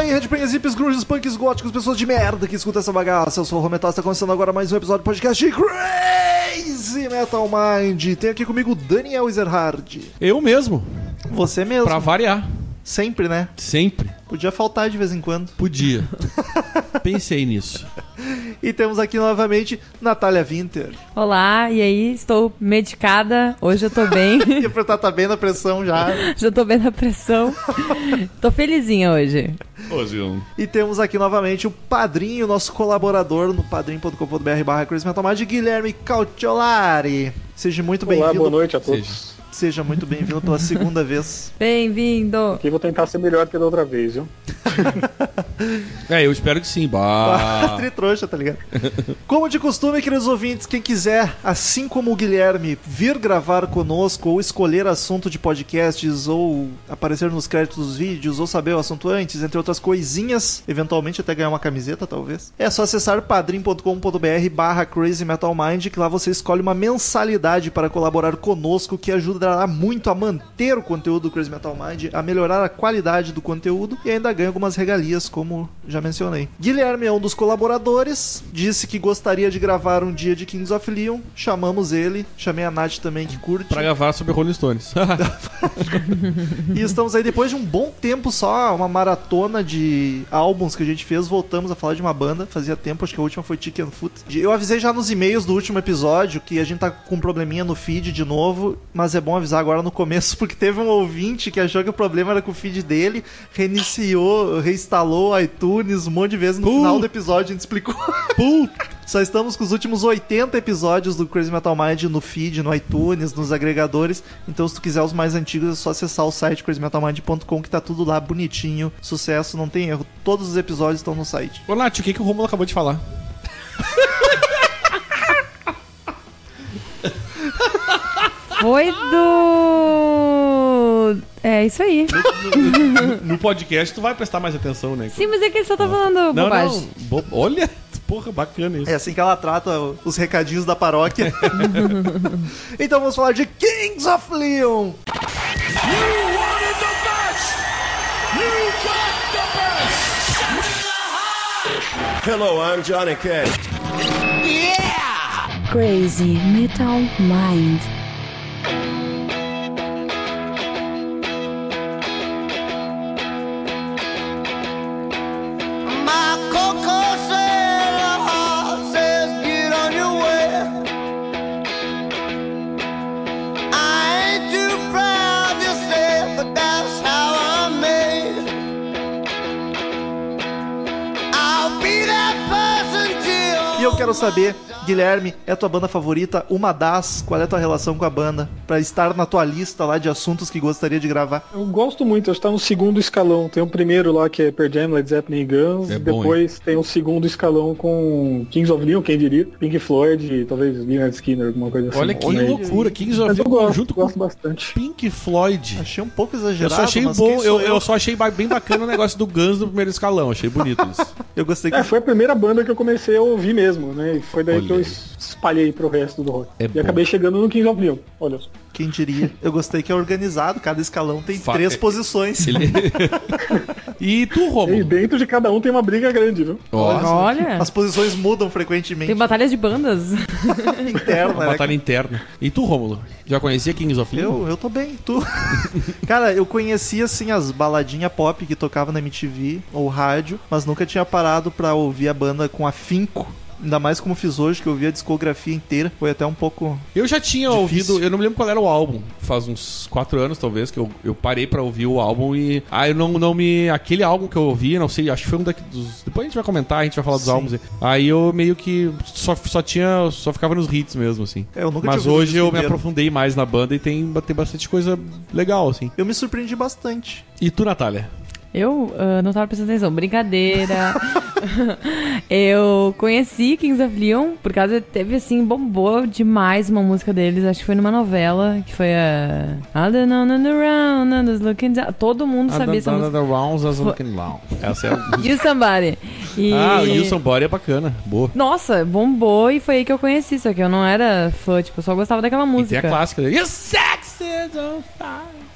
aí, Redprinhas, hips, grunges, punks, góticos, pessoas de merda que escutam essa bagaça. Eu sou o Rometal, está começando agora mais um episódio do podcast de Crazy Metal Mind. Tem aqui comigo o Daniel Ezerhard. Eu mesmo, Você mesmo. pra variar. Sempre, né? Sempre. Podia faltar de vez em quando. Podia. Pensei nisso. E temos aqui novamente Natália Winter. Olá, e aí? Estou medicada. Hoje eu tô bem. E pra tá bem na pressão já. Já tô bem na pressão. Tô felizinha hoje. E temos aqui novamente o padrinho, nosso colaborador no padrim.com.br barra Crazy Metal Mind, Guilherme Cautiolari. Seja muito Olá, boa bem-vindo. noite a todos. Seja. Seja muito bem-vindo pela segunda vez. Bem-vindo. Aqui vou tentar ser melhor que da outra vez, viu? É, eu espero que sim. Bah. Tritrouxa, tá ligado? Como de costume, queridos ouvintes, quem quiser, assim como o Guilherme, vir gravar conosco ou escolher assunto de podcasts ou aparecer nos créditos dos vídeos ou saber o assunto antes, entre outras coisinhas, eventualmente até ganhar uma camiseta, talvez, é só acessar padrim.com.br barra Crazy Metal Mind, que lá você escolhe uma mensalidade para colaborar conosco, que ajudará muito a manter o conteúdo do Crazy Metal Mind, a melhorar a qualidade do conteúdo e ainda ganha algumas regalias, como já mencionei. Guilherme é um dos colaboradores, disse que gostaria de gravar um dia de Kings of Leon, chamamos ele, chamei a Nath também que curte. Pra gravar sobre Rolling Stones. E estamos aí depois de um bom tempo só, uma maratona de álbuns que a gente fez, voltamos a falar de uma banda, fazia tempo, acho que a última foi Chicken Foot. Eu avisei já nos e-mails do último episódio que a gente tá com um probleminha no feed de novo, mas é bom avisar agora no começo, porque teve um ouvinte que achou que o problema era com o feed dele, reiniciou, reinstalou o iTunes um monte de vezes, no Puh. final do episódio a gente explicou. Puta. Só estamos com os últimos 80 episódios do Crazy Metal Mind no feed, no iTunes, nos agregadores. Então, se tu quiser os mais antigos, é só acessar o site crazymetalmind.com que tá tudo lá bonitinho. Sucesso, não tem erro. Todos os episódios estão no site. Ô, Nath, o que, que o Romulo acabou de falar? Foi do. É isso aí. No podcast, tu vai prestar mais atenção, né? Sim, mas é que ele só tá falando não, bobagem. não. Bo- Olha, porra, bacana isso. É assim que ela trata o- os recadinhos da paróquia. então vamos falar de Kings of Leon. Hello, I'm Johnny Cash. Crazy Metal Mind. My Coco sailor heart says get on your way. I ain't too proud to say, but that's how I'm made. I'll be that person E till eu quero saber, Guilherme, é tua banda favorita? Uma das? Qual é a tua relação com a banda? Pra estar na tua lista lá de assuntos que gostaria de gravar. Eu gosto muito, acho que tá no segundo escalão. Tem o primeiro lá que é Pearl Jam, Led Zeppelin e Guns. É bom, Depois tem o segundo escalão com Kings of Leon, quem diria? Pink Floyd e talvez Leonard Skinner, alguma coisa assim. Olha que Mas- loucura. Kings Mas of eu Leon gosto, junto gosto com bastante. Pink Floyd. Achei um pouco Eu exagerado, só achei mas quem bom, sou eu, eu só achei ba- bem bacana o negócio do Guns no primeiro escalão, achei bonito isso. Eu gostei que É, foi a primeira banda que eu comecei a ouvir mesmo, né? E foi daí Olha que eu aí. es- espalhei pro resto do rock. É e bom. acabei chegando no Kings of Leon. Olha só. Quem diria? Eu gostei que é organizado, cada escalão tem Fa- três é- posições. Ele- e tu, E Romulo? dentro de cada um tem uma briga grande, viu? Ó, Olha, As posições mudam tem frequentemente batalhas de bandas. interna, Uma né? batalha interna. E tu, Rômulo? Já conhecia Kings of Leon? Eu, eu tô bem, tu. Cara, eu conhecia assim as baladinhas pop que tocava na MTV ou rádio, mas nunca tinha parado pra ouvir a banda com afinco. Ainda mais como fiz hoje, que eu ouvi a discografia inteira. Foi até um pouco. Eu já tinha Difícil. ouvido, eu não me lembro qual era o álbum, faz uns quatro anos talvez, que eu, eu parei pra ouvir o álbum e. Ah, eu não, não me. Aquele álbum que eu ouvi, não sei, acho que foi um daqui dos. Depois a gente vai comentar, a gente vai falar dos Sim. álbuns. aí. Aí eu meio que só, só tinha. Só ficava nos hits mesmo, assim. É, eu nunca Mas tinha ouvido hoje o disco eu me inteiro. aprofundei mais na banda e tem, tem bastante coisa legal, assim. Eu me surpreendi bastante. E tu, Natália? Eu ah, não tava prestando atenção. Brincadeira. eu conheci Kings of Leon por causa teve assim, bombou demais uma música deles. Acho que foi numa novela, que foi a. I don't know, none around, none is looking down. Todo mundo sabia essa música. Essa é a... You Somebody. E- Ah, o You Somebody é bacana. Boa. Nossa, bombou e foi aí que eu conheci, só que eu não era fã, tipo, eu só gostava daquela E tem música. a clássica. dele. You sexy don't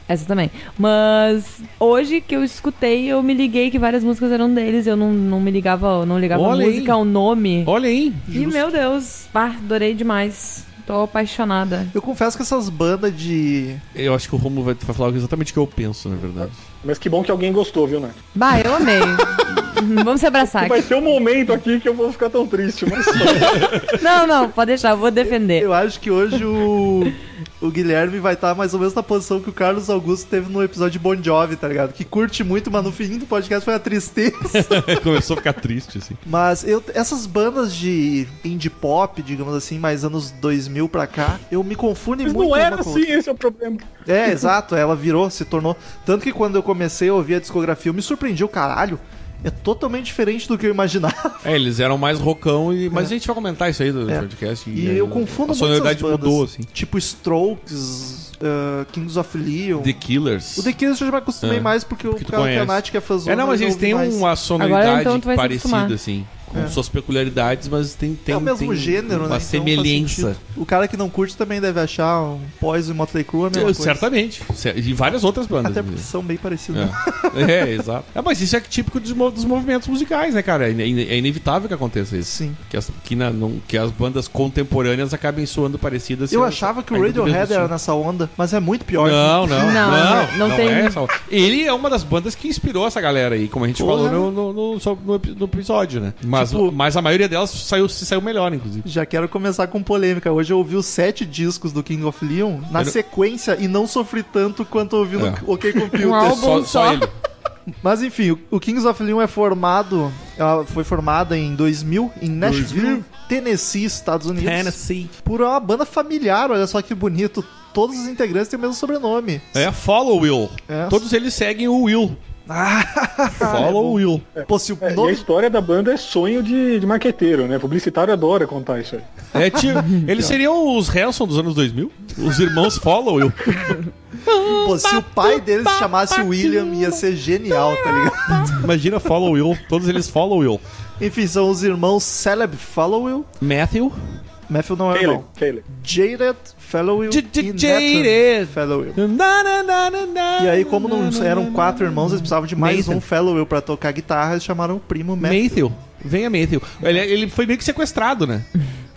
Essa também. Mas hoje que eu escutei, eu me liguei que várias músicas eram deles. Eu não, não me ligava, não ligava Olha a aí. música, ao nome. Olha aí. E meu Deus, pá, adorei demais. Tô apaixonada. Eu confesso que essas bandas de. Eu acho que o Romulo vai vai falar exatamente o que eu penso, na verdade. Mas que bom que alguém gostou, viu, Nath? Bah, eu amei. Uhum, Vamos se abraçar Vai aqui. ter um momento aqui que eu vou ficar tão triste, mas Não, não, pode deixar, eu vou defender. Eu acho que hoje o. O Guilherme vai estar mais ou menos na posição que o Carlos Augusto teve no episódio de Bon Jovi, tá ligado? Que curte muito, mas no fim do podcast foi a tristeza. Começou a ficar triste, assim. Mas eu, essas bandas de indie pop, digamos assim, mais anos 2000 pra cá, eu me confundo mas muito. não uma era com assim, esse é o problema. É, exato, ela virou, se tornou. Tanto que quando eu comecei a ouvir a discografia, eu me surpreendi o caralho. É totalmente diferente do que eu imaginava. É, eles eram mais rockão, e... mas a gente vai comentar isso aí do É. podcast. E aí eu confundo muito A essas sonoridade bandas. mudou, assim. Tipo Strokes, eh, Kings of Leon. The Killers. O The Killers eu já me acostumei É, mais porque, porque o tu cara que é conhece. Nath que é fãzão. É, não, mas eles têm uma sonoridade Agora, então, tu vai se acostumar. parecida, assim. Com suas peculiaridades, mas tem, tem, é o mesmo tem gênero, né? uma Então faz semelhança. sentido. o cara que não curte também deve achar um Poison e Motley Crue a mesma Eu- É coisa. certamente. Cer- E várias outras bandas. Até porque são bem parecidos. né? É. É, exato. É, mas isso é típico dos, mo- dos movimentos musicais, né, cara? É, ine- é inevitável que aconteça isso. Sim. Que as, que, na- não- que as bandas contemporâneas acabem soando parecidas. Eu sendo- achava que o ainda do mesmo Radiohead era estilo. nessa onda, mas é muito pior. Não, não, Não, não, não, não, não tem- é essa- Ele é uma das bandas que inspirou essa galera aí, como a gente Porra. falou no, no- no- só no epi- no episódio, né? Mas, Tipo- mas a maioria delas saiu, se saiu melhor, inclusive. Já quero começar com polêmica. Hoje eu ouvi os sete discos do King of Leon na Eu não- sequência e não sofri tanto quanto ouvi no É. OK Um Computer. álbum só. ele. Mas enfim, o- o Kings of Leon é formado, ela foi formada em 2000 em Nashville, Tennessee, Estados Unidos, por uma banda familiar. Olha só que bonito. Todos os integrantes têm o mesmo sobrenome. É, follow Will. É. Ah. Todos eles seguem o Will. follow Will. Pô, se o É, E a nome história da banda é sonho de, de marqueteiro, né? Publicitário adora contar isso aí. É tipo, eles seriam os Hanson dos anos 2000? Os irmãos follow Will. Pô, se o pai deles se chamasse William, ia ser genial, tá ligado? Imagina follow Will. Todos eles follow Will. Enfim, são os irmãos Celeb Fallowell, Matthew. Matthew não é Caleb, irmão, Caleb. Jared Fallowell J- J- e Nathan Jared. Fallowell. Na, na, na, na, na, E aí, como não na, na, eram na, quatro irmãos, eles precisavam de mais Nathan. um Fallowell pra tocar guitarra, eles chamaram o primo Matthew. Matthew. Venha, Matthew. Ele, ele foi meio que sequestrado, né?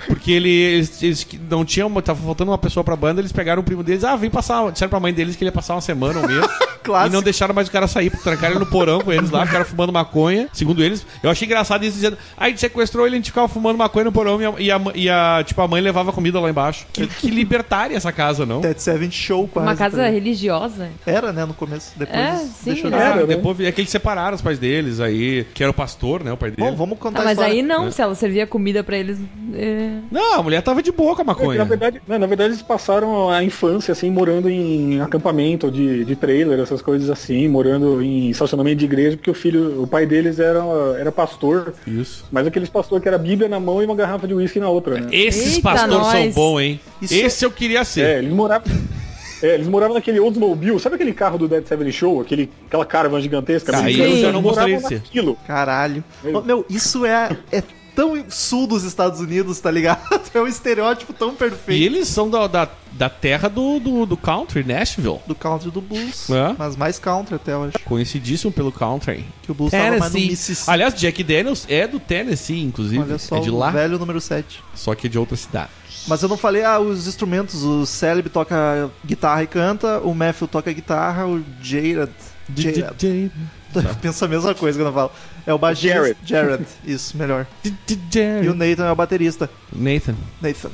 Porque ele, eles, eles que não tinham. Tava faltando uma pessoa pra banda, eles pegaram o primo deles. Ah, vem passar. Disseram pra mãe deles que ele ia passar uma semana, um mês. Clássico. E não deixaram mais o cara sair, trancaram ele no porão com eles lá, ficaram fumando maconha, segundo eles. Eu achei engraçado isso dizendo, ah, a gente sequestrou ele, a gente ficava fumando maconha no porão e a, e a mã- e a, tipo, a mãe levava comida lá embaixo. Que, que libertária essa casa, não? Dead Seven Show quase. Uma tá casa ligado? religiosa. Era, né, no começo. Depois É, eles sim, deixaram- né? Ah, Era, depois é que eles separaram os pais deles aí, que era o pastor, né? O É. pai dele. Bom, vamos contar Ah, a mas história. aí não, se ela servia comida pra eles. é, Não, a mulher tava de boa com a É que, maconha. Na verdade, né, na verdade, eles passaram a infância, assim, morando em acampamento de, de trailer, essas coisas assim, morando em estacionamento de igreja, porque o filho, o pai deles era, era pastor, Isso. mas aqueles pastor que era bíblia na mão e uma garrafa de uísque na outra, né? Esses Eita, pastores são nós. bons, hein? Isso- Esse eu queria ser. É, eles moravam. é, eles moravam naquele Oldsmobile, sabe aquele carro do Dead Seven Show, aquele, aquela caravana gigantesca? Cara, americana? isso eu Eles não gostaria moravam de ser. naquilo. Caralho. Ô, meu, isso é, é tão sul dos Estados Unidos, tá ligado? É um estereótipo tão perfeito. E eles são da, da, da terra do, do, do country, Nashville. Do country do blues. É. Mas mais country até, eu acho. Conhecidíssimo pelo country. Que o blues tava mais no Mississippi. Aliás, Jack Daniels é do Tennessee, inclusive. Olha só, é de lá, o velho número 7. só que é de outra cidade. Mas eu não falei ah, os instrumentos. O Celeb toca guitarra e canta, o Matthew toca guitarra, o Jared. Jared. DJ, Pensa a mesma coisa quando eu falo. É o baixista. Jared. Jared, isso, melhor. E o DJ. Nathan é o baterista. Nathan. Nathan.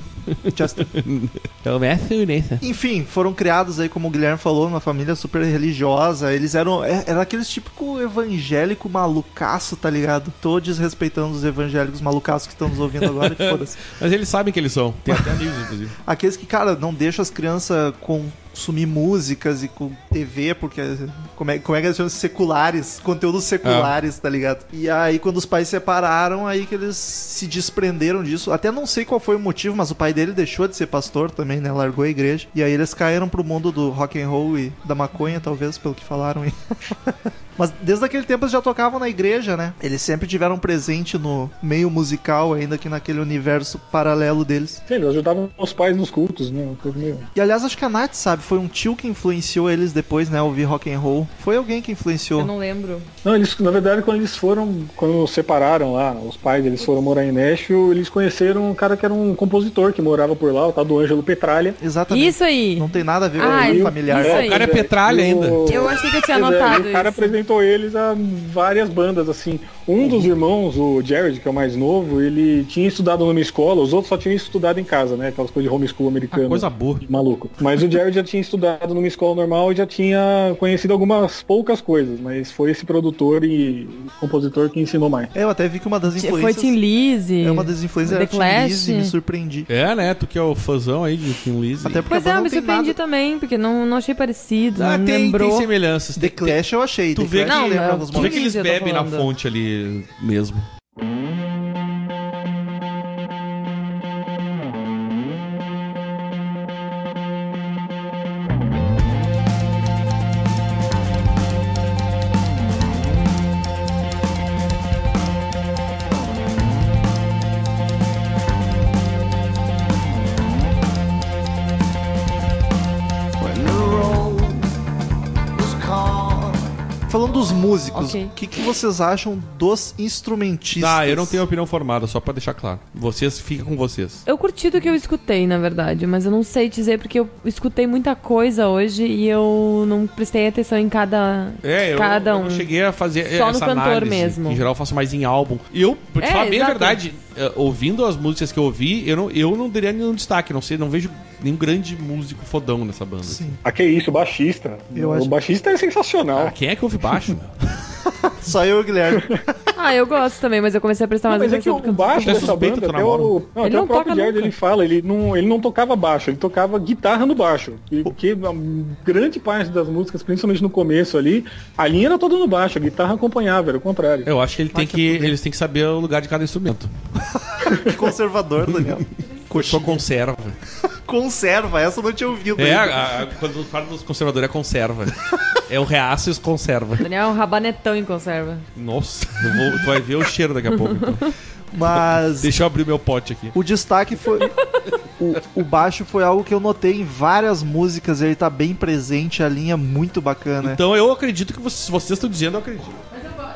Justin. É o Matthew e Nathan. Enfim, foram criados aí, como o Guilherme falou, numa família super religiosa. Eles eram. é- Era aqueles típico evangélico malucaço, tá ligado? Tô desrespeitando os evangélicos malucaços que estão nos ouvindo agora, que foda-se. Mas eles sabem que eles são. Tem até amigos, inclusive. Aqueles que, cara, não deixam as crianças consumir músicas e com TV, porque como é, como é que eles chamam? Seculares, mais conteúdos seculares, tá ligado? E aí, quando os pais se separaram, aí que eles se desprenderam disso. Até não sei qual foi o motivo, mas o pai dele deixou de ser pastor também, né? Largou a igreja. E aí eles caíram pro mundo do rock and roll e da maconha, talvez, pelo que falaram. aí. mas desde aquele tempo eles já tocavam na igreja, né? Eles sempre tiveram presente no meio musical, ainda que naquele universo paralelo deles. Sim, eles ajudavam os pais nos cultos, né? Uma coisa meio- E aliás, acho que a Nath sabe, foi um tio que influenciou eles depois, né? a Ouvir rock and roll. Foi alguém que influenciou. Eu não lembro. Não, eles, na verdade, quando eles foram, quando separaram lá, os pais deles foram morar em Nashville, eles conheceram um cara que era um compositor que morava por lá, o tal do Ângelo Petralha. Exatamente. Isso aí! Não tem nada a ver com Ah, o isso- familiar. isso O cara é petralha E o- ainda. Eu achei que eu tinha Pois é, anotado e o cara isso. apresentou eles a várias bandas, assim. Um dos irmãos, o Jared, que é o mais novo, ele tinha estudado numa escola, os outros só tinham estudado em casa, né? Aquelas coisas de homeschool americano. Ah, coisa boa. Maluco. Mas o Jared já tinha estudado numa escola normal e já tinha conhecido algumas poucas coisas, mas foi esse produtor e compositor que ensinou mais. É, eu até vi que uma das Foi influências. Tim Lizzy. é uma das influências The era Tim Clash. Lizzy, me surpreendi. É, né? Tu que é o fãzão aí de Kim Lizzy. Até porque Pois a banda é, eu não me tem surpreendi nada. também, porque não, não achei parecido, Ah, não tem, tem lembrou. semelhanças. The Tem- Clash eu achei. Tu The vê Clash que- eu lembro Não, alguns Tu tu vê momentos. que eles Lizzy eu tô bebem na falando. fonte ali mesmo. When the road was called, Falando dos músicos, Ok. o que, que vocês acham dos instrumentistas? Ah, eu não tenho opinião formada, só pra deixar claro. Vocês, fica com vocês. Eu curti do que eu escutei, na verdade, mas eu não sei dizer porque eu escutei muita coisa hoje e eu não prestei atenção em cada. É, eu, Cada eu um. não cheguei a fazer Só no essa cantor análise. mesmo. Em geral, eu faço mais em álbum. E eu, pra te É, falar bem a exato. verdade, eh, ouvindo as músicas que eu ouvi, eu não, eu não daria nenhum destaque. Não sei, não vejo nenhum grande músico fodão nessa banda. Sim. Ah, que isso, o baixista. Eu o acho- baixista é sensacional. Ah, quem é que ouve baixo? meu? Só eu e o Guilherme. Ah, eu gosto também, mas eu comecei a prestar Não, mais mas é que atenção o no cantor. baixo Até dessa suspeito banda, que eu até o, namoro. não, Ele até não o próprio toca Jared nunca. ele fala, ele não, ele não tocava baixo, ele tocava guitarra no baixo. E- Porque a grande parte das músicas, principalmente no começo ali, a linha era toda no baixo, a guitarra acompanhava, era o contrário. Eu acho que, ele tem que que eles têm que saber o lugar de cada instrumento. Que conservador, Daniel. Só conserva. Conserva, essa eu não tinha ouvido. É, ainda. a- a- quando fala dos conservadores é conserva. É o reaço e os conserva. Daniel é um rabanetão em conserva. Nossa, eu vou- tu vai ver o cheiro daqui a pouco. então. Mas. Deixa eu abrir meu pote aqui. O destaque foi. o, o baixo foi algo que eu notei em várias músicas. Ele tá bem presente, a linha é muito bacana. Então eu acredito que vocês vocês estão dizendo, eu acredito.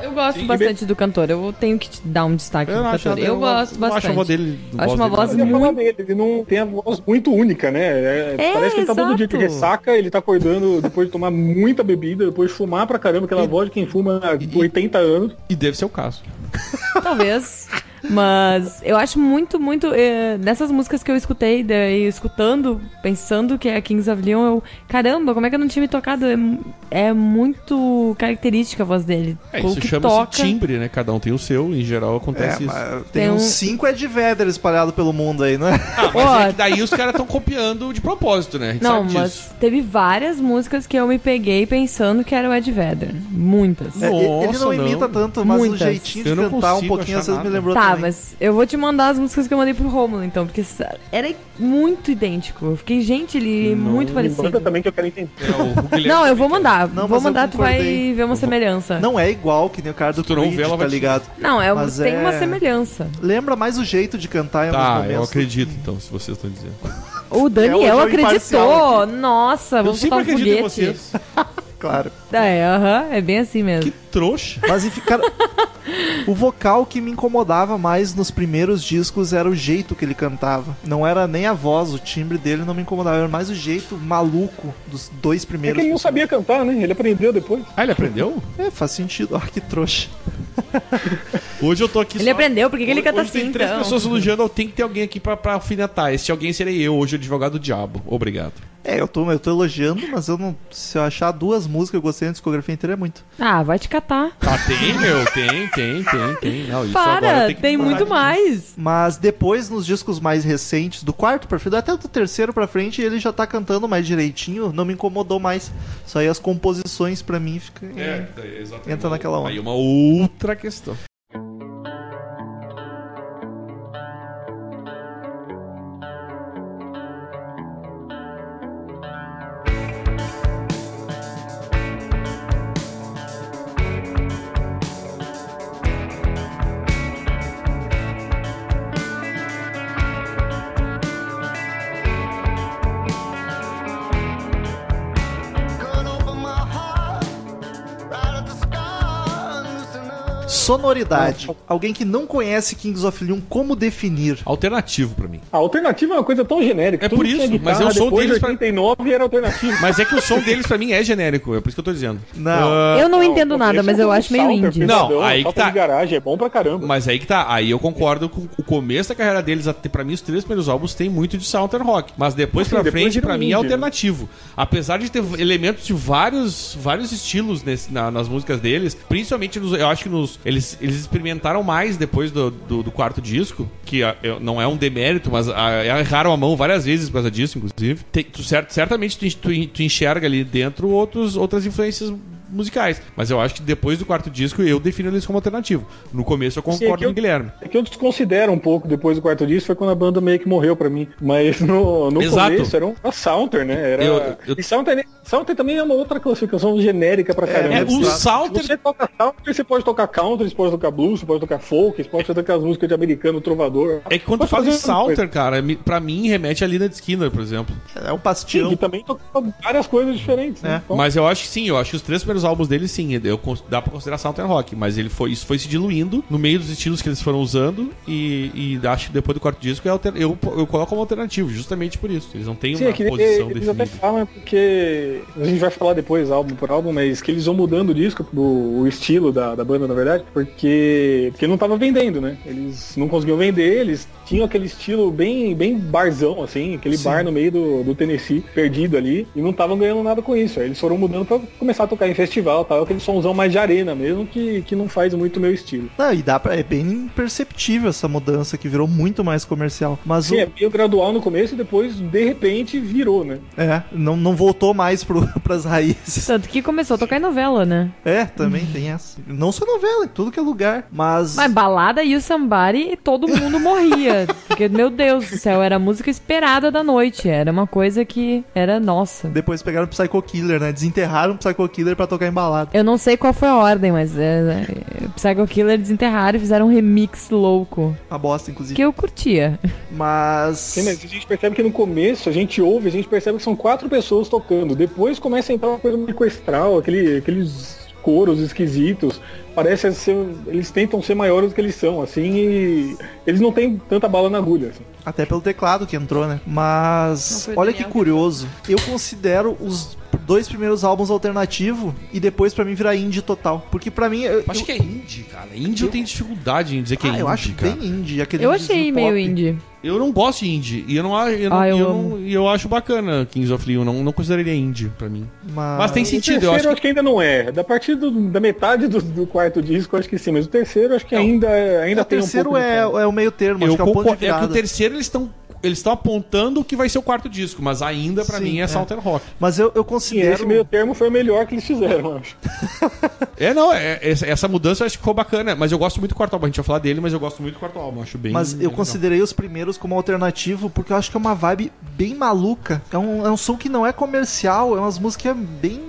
Eu gosto bastante do cantor, eu tenho que te dar um destaque do cantor. Eu, gosto eu bastante. Acho a voz dele. Acho uma dele- voz Eu ia falar dele, ele não tem a voz muito única, né? É, É, parece que ele tá todo dia exato. de ressaca, ele tá acordando depois de tomar muita bebida, depois de fumar pra caramba, aquela voz de quem fuma há 80 anos. E deve ser o caso. Talvez. Mas eu acho muito, muito. eh, dessas músicas que eu escutei, daí escutando, pensando que é a Kings of Leon, eu. Caramba, como é que eu não tinha me tocado? É, mu- é muito característica a voz dele. É, O isso que chama-se toca. timbre, né? Cada um tem o seu, em geral acontece Então, é isso. É, mas tem, Tem uns um- cinco Ed Vedder espalhado pelo mundo aí, né? Ah, mas Ó. é que daí os caras estão copiando de propósito, né? A gente Não, sabe mas disso. teve várias músicas que eu me peguei pensando que era o Ed Vedder. Muitas. É, ele- ele Nossa, não imita não. tanto, mas o Muitas. jeitinho de Eu não cantar um consigo pouquinho achar às vezes me nada. lembrou Tá, também. mas eu vou te mandar as músicas que eu mandei pro Romulo, então, porque sa- era muito idêntico. Eu fiquei, gente, ele é muito Me manda parecido. também que eu quero entender. É, o Guilherme Não, eu também vou quer. mandar. Não, vou mas eu mandar, tu vai concordei. ver uma semelhança. Não, Não é igual que nem o cara do Se tu não Creed, vê, ela tá vai te- ligado? é, um- Mas tem é- uma semelhança. Lembra mais o jeito de cantar em alguns Tá, eu momentos. acredito então, se vocês estão dizendo. O hoje é Daniel o imparcial acreditou. Nossa, Eu vamos botar sempre um acredito em foguete. vocês. Claro. É, aham, é bem assim mesmo. Que trouxa. Mas enfim, cara, o vocal que me incomodava mais nos primeiros discos era o jeito que ele cantava. Não era nem a voz, o timbre dele não me incomodava, era mais o jeito maluco dos dois É que primeiros. ele não sabia cantar, né? Ele aprendeu depois. Ah, ele aprendeu? É, faz sentido. Ah, que trouxa. Hoje eu tô aqui Ele só- aprendeu, por que que ele Hoje- canta hoje assim, tem três então? pessoas elogiando, tem que ter alguém aqui pra, pra alfinetar. Esse alguém serei eu, hoje o advogado do diabo. Obrigado. É, eu tô, eu tô elogiando, mas eu não. Se eu achar duas músicas que eu gostei na discografia inteira, é muito. Ah, vai te catar. Ah, tem, meu, tem, tem, tem, tem. Não, isso agora Para, eu tenho que tem parar muito de- mais. Mas depois, nos discos mais recentes, do quarto pra frente, até do terceiro pra frente, ele já tá cantando mais direitinho, não me incomodou mais. Só aí as composições pra mim ficam. É, é, exatamente. Entra naquela onda. Aí uma outra questão. Sonoridade. Alguém que não conhece Kings of Leon, como definir? Alternativo pra mim. A alternativa é uma coisa tão genérica. É por que tinha isso, mas guitarra eu sou depois de deles pra- 89 era alternativo. Mas é que o som deles pra mim é genérico, é por isso que eu tô dizendo. Não. Eu não, Não, entendo pô, nada, esse mas é eu um acho meio salter indie. Não, pesadão, aí que salter tá. de garagem, é bom pra caramba. Mas aí que tá, aí eu concordo com o começo da carreira deles, até pra mim os três primeiros álbuns tem muito de Southern Rock, mas depois Assim, pra depois frente vira pra um mim é indie, né? alternativo. Apesar de ter elementos de vários, vários estilos nesse- na- nas músicas deles, principalmente nos, eu acho que nos eles, eles experimentaram mais depois do, do- do quarto disco, que ah, eu- não é um demérito, mas ah, erraram a mão várias vezes por causa disso, inclusive. Tem- tu cer- certamente tu, en- tu en- tu enxerga ali dentro outros, outras influências musicais, mas eu acho que depois do quarto disco eu defino eles como alternativo. No começo eu Sim, é concordo que com eu- o Guilherme. É que eu desconsidero um pouco depois do quarto disco, foi quando a banda meio que morreu pra mim. Mas no, no Exato. começo era um a Saunter, né? Era... Eu- eu- E Saunter, né? Saunter também é uma outra classificação genérica pra caramba. É, o Se Você Salter. toca Saunter, você pode tocar country, você pode tocar blues, você pode tocar folk, você pode tocar aquelas músicas de americano, trovador. É que quando tu Pode fala em fazer outra coisa. Salter, cara, me- pra mim remete a Lina de Skinner, por exemplo. É um Sim, que pastilho. também toca várias coisas diferentes, É. né? Então, Mas eu acho que sim, eu acho que os três primeiros álbuns dele, sim, eu, cons- dá pra considerar Southern Rock, mas ele foi, isso foi se diluindo no meio dos estilos que eles foram usando e, e acho que depois do quarto disco é alter- eu, eu coloco como alternativo, justamente por isso. Eles não têm Sim, uma é que posição eles definida. até falam, é porque a gente vai falar depois, álbum por álbum, mas que eles vão mudando o disco, o, o estilo da, da banda, na verdade, porque, porque não tava vendendo, né? Eles não conseguiam vender, eles tinham aquele estilo bem, bem barzão, assim, aquele bar no meio do, do Tennessee, perdido ali, e não estavam ganhando nada com isso. Aí eles foram mudando pra começar a tocar em festival, tal, aquele somzão mais de arena mesmo, que, que não faz muito o meu estilo. Não, e dá pra, é bem perceptível essa mudança que virou muito mais comercial. Mas Sim, o, é meio gradual no começo e depois, de repente, virou, né? é, não, não voltou mais pro, pras raízes. Tanto que começou a tocar em novela, né? É, também tem essa. Não só novela, em tudo que é lugar. Mas. Mas balada e o somebody e todo mundo morria. Porque, meu Deus do céu, era a música esperada da noite. Era uma coisa que era nossa. Depois pegaram o Psycho Killer, né? Desenterraram o Psycho Killer pra tocar em balada. Eu não sei qual foi a ordem, mas é, é, Psycho Killer desenterraram e fizeram um remix louco. Uma bosta, inclusive. Que eu curtia. Mas. Sim, mas a gente percebe que no começo a gente ouve, a gente percebe que são quatro pessoas tocando. Depois começa a entrar uma coisa meio orquestral, aquele, aqueles coros esquisitos. Parece ser. Eles tentam ser maiores do que eles são, assim, e eles não têm tanta bala na agulha. assim. Até pelo teclado que entrou, né? Não Mas foi o olha que Daniel que curioso. Eu considero os dois primeiros álbuns alternativo e depois pra mim virar indie total, porque pra mim eu, Eu acho eu- que é indie, cara. Indie eu tenho dificuldade em dizer que é ah, indie, eu acho cara. bem indie, aquele Eu indiezinho achei pop. meio indie. Eu não gosto de indie e eu não, a- eu não, Ah, eu eu amo. não- e eu acho bacana Kings of Leon, não, não consideraria indie pra mim. mas, é, Mas tem o sentido, eu terceiro acho que ainda não é. Da partir do- da metade do, do quarto disco, eu acho que sim. Mas o terceiro acho que ainda, ainda o tem um terceiro pouco de é, cara. é o meio termo, Eu acho que é o ponto de concordo. É que o virada. terceiro eles estão eles estão apontando o que vai ser o quarto disco, mas ainda pra Sim, mim é, é. Southern Rock. Mas eu, eu Sim, esse considero meio termo foi o melhor que eles fizeram, eu acho. É, não, é, essa essa mudança eu acho que ficou bacana, mas eu gosto muito do quarto álbum. A gente vai falar dele, mas eu gosto muito do quarto álbum, acho bem. Mas bem eu legal. considerei os primeiros como alternativo porque eu acho que é uma vibe bem maluca. É um, é um som que não é comercial, é umas músicas bem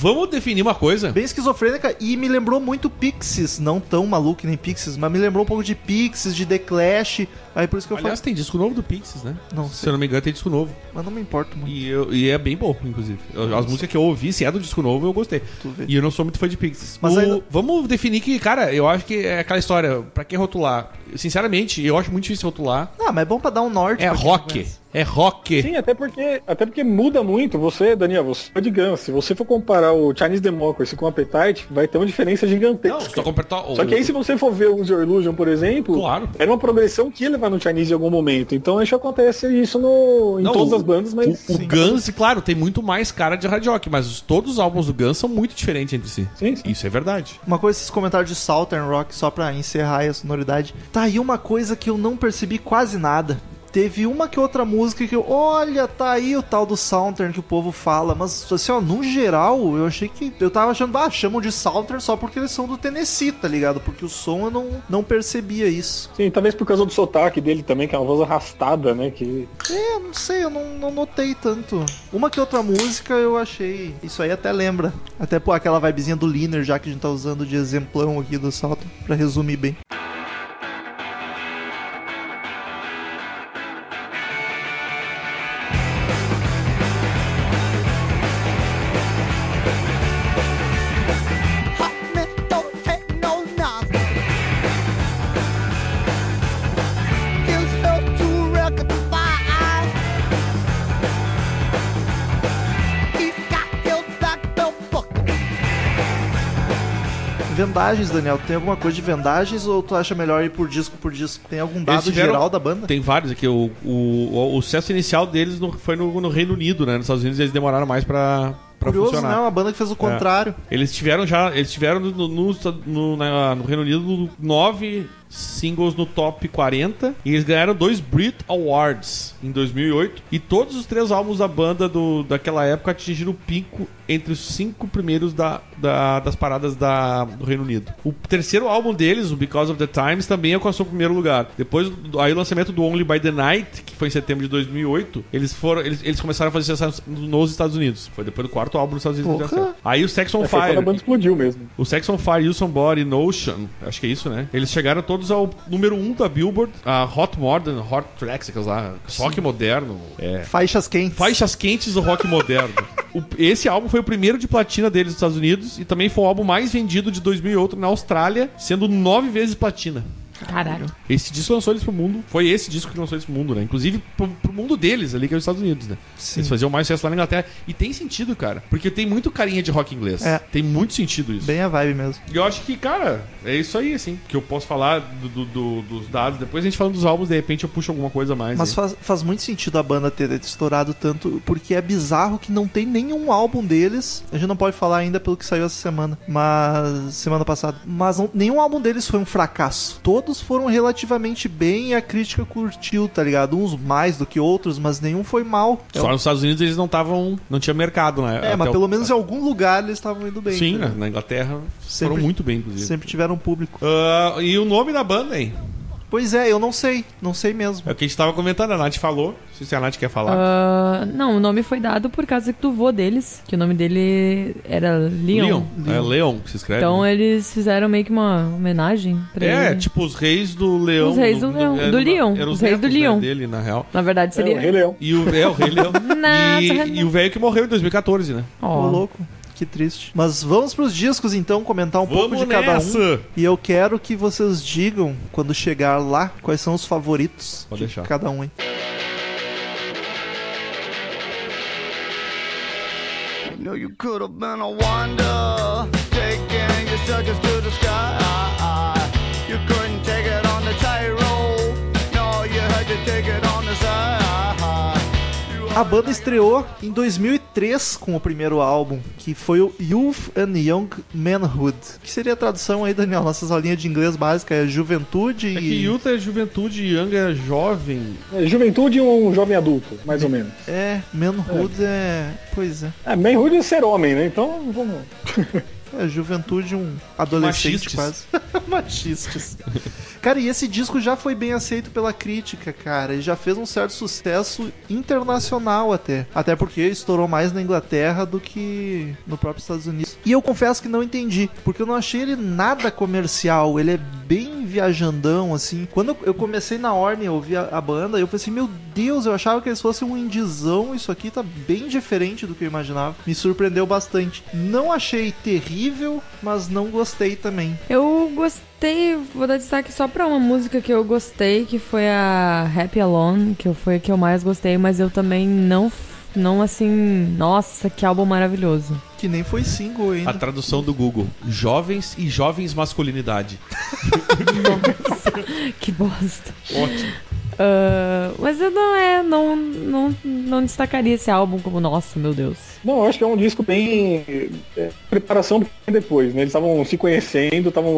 Vamos definir uma coisa. bem esquizofrênica e me lembrou muito Pixies, não tão maluco que nem Pixies, mas me lembrou um pouco de Pixies, de The Clash, aí por isso que eu Aliás, tem disco novo do Pixies, né? falei, não Se eu sei, não me engano, tem disco novo. mas não me importo muito, E, eu- e é bem bom, inclusive. Eu- As músicas que eu ouvi, se é do disco novo, eu gostei. tu vê. E eu não sou muito fã de Pixies. Mas O- ainda- Vamos definir que, cara, eu acho que é aquela história, pra que rotular? Sinceramente, eu acho muito difícil rotular. Ah, mas é bom pra dar um norte. É pra quem rock. conhece. É É rock. Sim, até porque, até porque muda muito. Você, Daniel, você é de Guns. Se você for comparar o Chinese Democracy com o Appetite, vai ter uma diferença Não, tá só gigantesca. completar o- Só que aí se você for ver o User Illusion, por exemplo, Claro. era uma progressão que ia levar no Chinese em algum momento. Então acho que acontece isso no, em Não, todas o- as bandas, mas. O, o Guns, claro, tem muito mais cara de hard rock, mas os- todos os álbuns do Guns são muito diferentes entre si. Sim, sim. Isso é verdade. Uma coisa, esses comentários de Southern Rock, só pra encerrar aí a sonoridade. Tá aí uma coisa que eu não percebi quase nada. Teve uma que outra música que eu. Olha, tá aí o tal do Southern que o povo fala. Mas, assim, ó, no geral, eu achei que. Eu tava achando, ah, chamam de Southern só porque eles são do Tennessee, tá ligado? Porque o som eu não, não percebia isso. Sim, talvez por causa do sotaque dele também, que é uma voz arrastada, né? Que É, Eu não sei, eu não, não notei tanto. Uma que outra música eu achei. Isso aí até lembra. Até pô, aquela vibezinha do Liner, já que a gente tá usando de exemplão aqui do Southern, pra resumir bem. Hot men don't take no knock. Gives her to rectify. He's got his back belt buckle. Vendagens, Daniel, tem alguma coisa de vendagens ou tu acha melhor ir por disco por disco? Tem algum dado Eles tiveram- geral da banda? Tem vários aqui. O, o, o sucesso inicial deles no- foi no, no Reino Unido, né? Nos Estados Unidos eles demoraram mais pra, pra Curioso, funcionar. É. né? Uma banda que fez o contrário. Eles tiveram já. Eles tiveram no, no- no- na- no Reino Unido nove singles no top 40. E eles ganharam dois Brit Awards em 2008. E todos os três álbuns da banda do, daquela época atingiram o pico entre os cinco primeiros da, da- das paradas da- do Reino Unido. O terceiro álbum deles, o Because of the Times, também alcançou o primeiro lugar. Depois, aí o lançamento do Only by the Night, que foi em setembro de 2008, eles foram eles, eles começaram a fazer sucesso nos Estados Unidos. Foi depois do quarto álbum nos Estados Unidos. que deu Porra. certo. Aí o Sex on é, foi quando a banda Fire. explodiu mesmo. O Sex on Fire, You Somebody, Notion, acho que é isso, né? Eles chegaram todos ao número 1 um da Billboard, a Hot Modern, Hot Tracks, aquelas lá, rock moderno. É. Faixas quentes. Faixas quentes do rock moderno. O- esse álbum foi o primeiro de platina deles nos Estados Unidos e também foi o álbum mais vendido de 2008 na Austrália, sendo nove vezes platina. Caralho. Esse disco lançou eles pro mundo. Foi esse disco que lançou eles pro mundo, né? Inclusive pro, pro mundo deles ali, que é os Estados Unidos, né? Sim. Eles faziam mais sucesso lá na Inglaterra. E tem sentido, cara. Porque tem muito carinha de rock inglês. É. Tem muito sentido isso. Bem a vibe mesmo. E eu acho que, cara, é isso aí, assim. Que eu posso falar do- do- do- dos dados. Depois a gente fala dos álbuns, de repente eu puxo alguma coisa a mais. Mas aí. faz, faz muito sentido a banda ter estourado tanto, porque é bizarro que não tem nenhum álbum deles. A gente não pode falar ainda pelo que saiu essa semana, mas semana passada. Mas não- nenhum álbum deles foi um fracasso. Todos foram relativamente bem e a crítica curtiu, tá ligado? Uns mais do que outros, mas nenhum foi mal. É Só nos Estados Unidos eles não estavam. Não tinha mercado, né? É, Até mas o- pelo menos em algum lugar eles estavam indo bem. Sim, né? né? na Inglaterra Sempre- foram muito bem, inclusive. Sempre tiveram público. Ah, e o nome da banda, hein? Pois é, eu não sei. Não sei mesmo. É o que a gente tava comentando, a Nath falou. Não sei se a Nath quer falar. Ah, não, o nome foi dado por causa do vô deles, que o nome dele era Leon. É Leon que se escreve. Então né? eles fizeram meio que uma homenagem pra é, ele. tipo os reis do Leão. Os reis do Leão, era- do Leon, eram os reis do netos, né, Leon. dele, na real. Na verdade É, o Rei seria. Leão. E o, é, o rei Leão. Nossa, e, e o velho que morreu em 2014, né? Ô, Ó, louco. Que triste. Mas vamos pros discos então, comentar um pouco de cada um. E eu quero que vocês digam, quando chegar lá, quais são os favoritos Pode de deixar. cada um, hein? You know you could have been a wonder, taking your circus to the sky. You couldn't take it on the tightrope, no, you had to take it on the side. You A banda estreou em 2003 com o primeiro álbum, que foi o Youth and Young Manhood. Que seria a tradução aí, Daniel? Nossas aulinhas de inglês básica é juventude É que e... Yuta é juventude, Young é jovem. É, Juventude e um jovem adulto, mais ou menos. É, Manhood é... Pois é. É, bem ruim é ser homem, né? Então, vamos. É, juventude, um adolescente Machistes. quase. Machistas. Cara, e esse disco já foi bem aceito pela crítica, cara. E já fez um certo sucesso internacional até. Até porque estourou mais na Inglaterra do que no próprio Estados Unidos. E eu confesso que não entendi, porque eu não achei ele nada comercial. Ele é bem viajandão, assim. Quando eu- eu comecei na Ordem, eu ouvi a, a banda, eu pensei, meu Deus, eu achava que eles fossem um indizão. Isso aqui tá bem diferente do que eu imaginava. Me surpreendeu bastante. Não achei terrível, mas não gostei também. eu gostei. gostei, vou dar destaque só pra uma música que eu gostei, que foi a Happy Alone, que eu- foi a que eu mais gostei, mas eu também não, f- não assim, nossa, que álbum maravilhoso. Que nem foi single ainda. A tradução do Google: Jovens e Jovens Masculinidade. Que bosta. Ótimo. Ah, mas eu não, é, não, não, não destacaria esse álbum como, nossa, meu Deus. Não, eu acho que é um disco bem é, preparação do que vem depois, né? Eles estavam se conhecendo, estavam.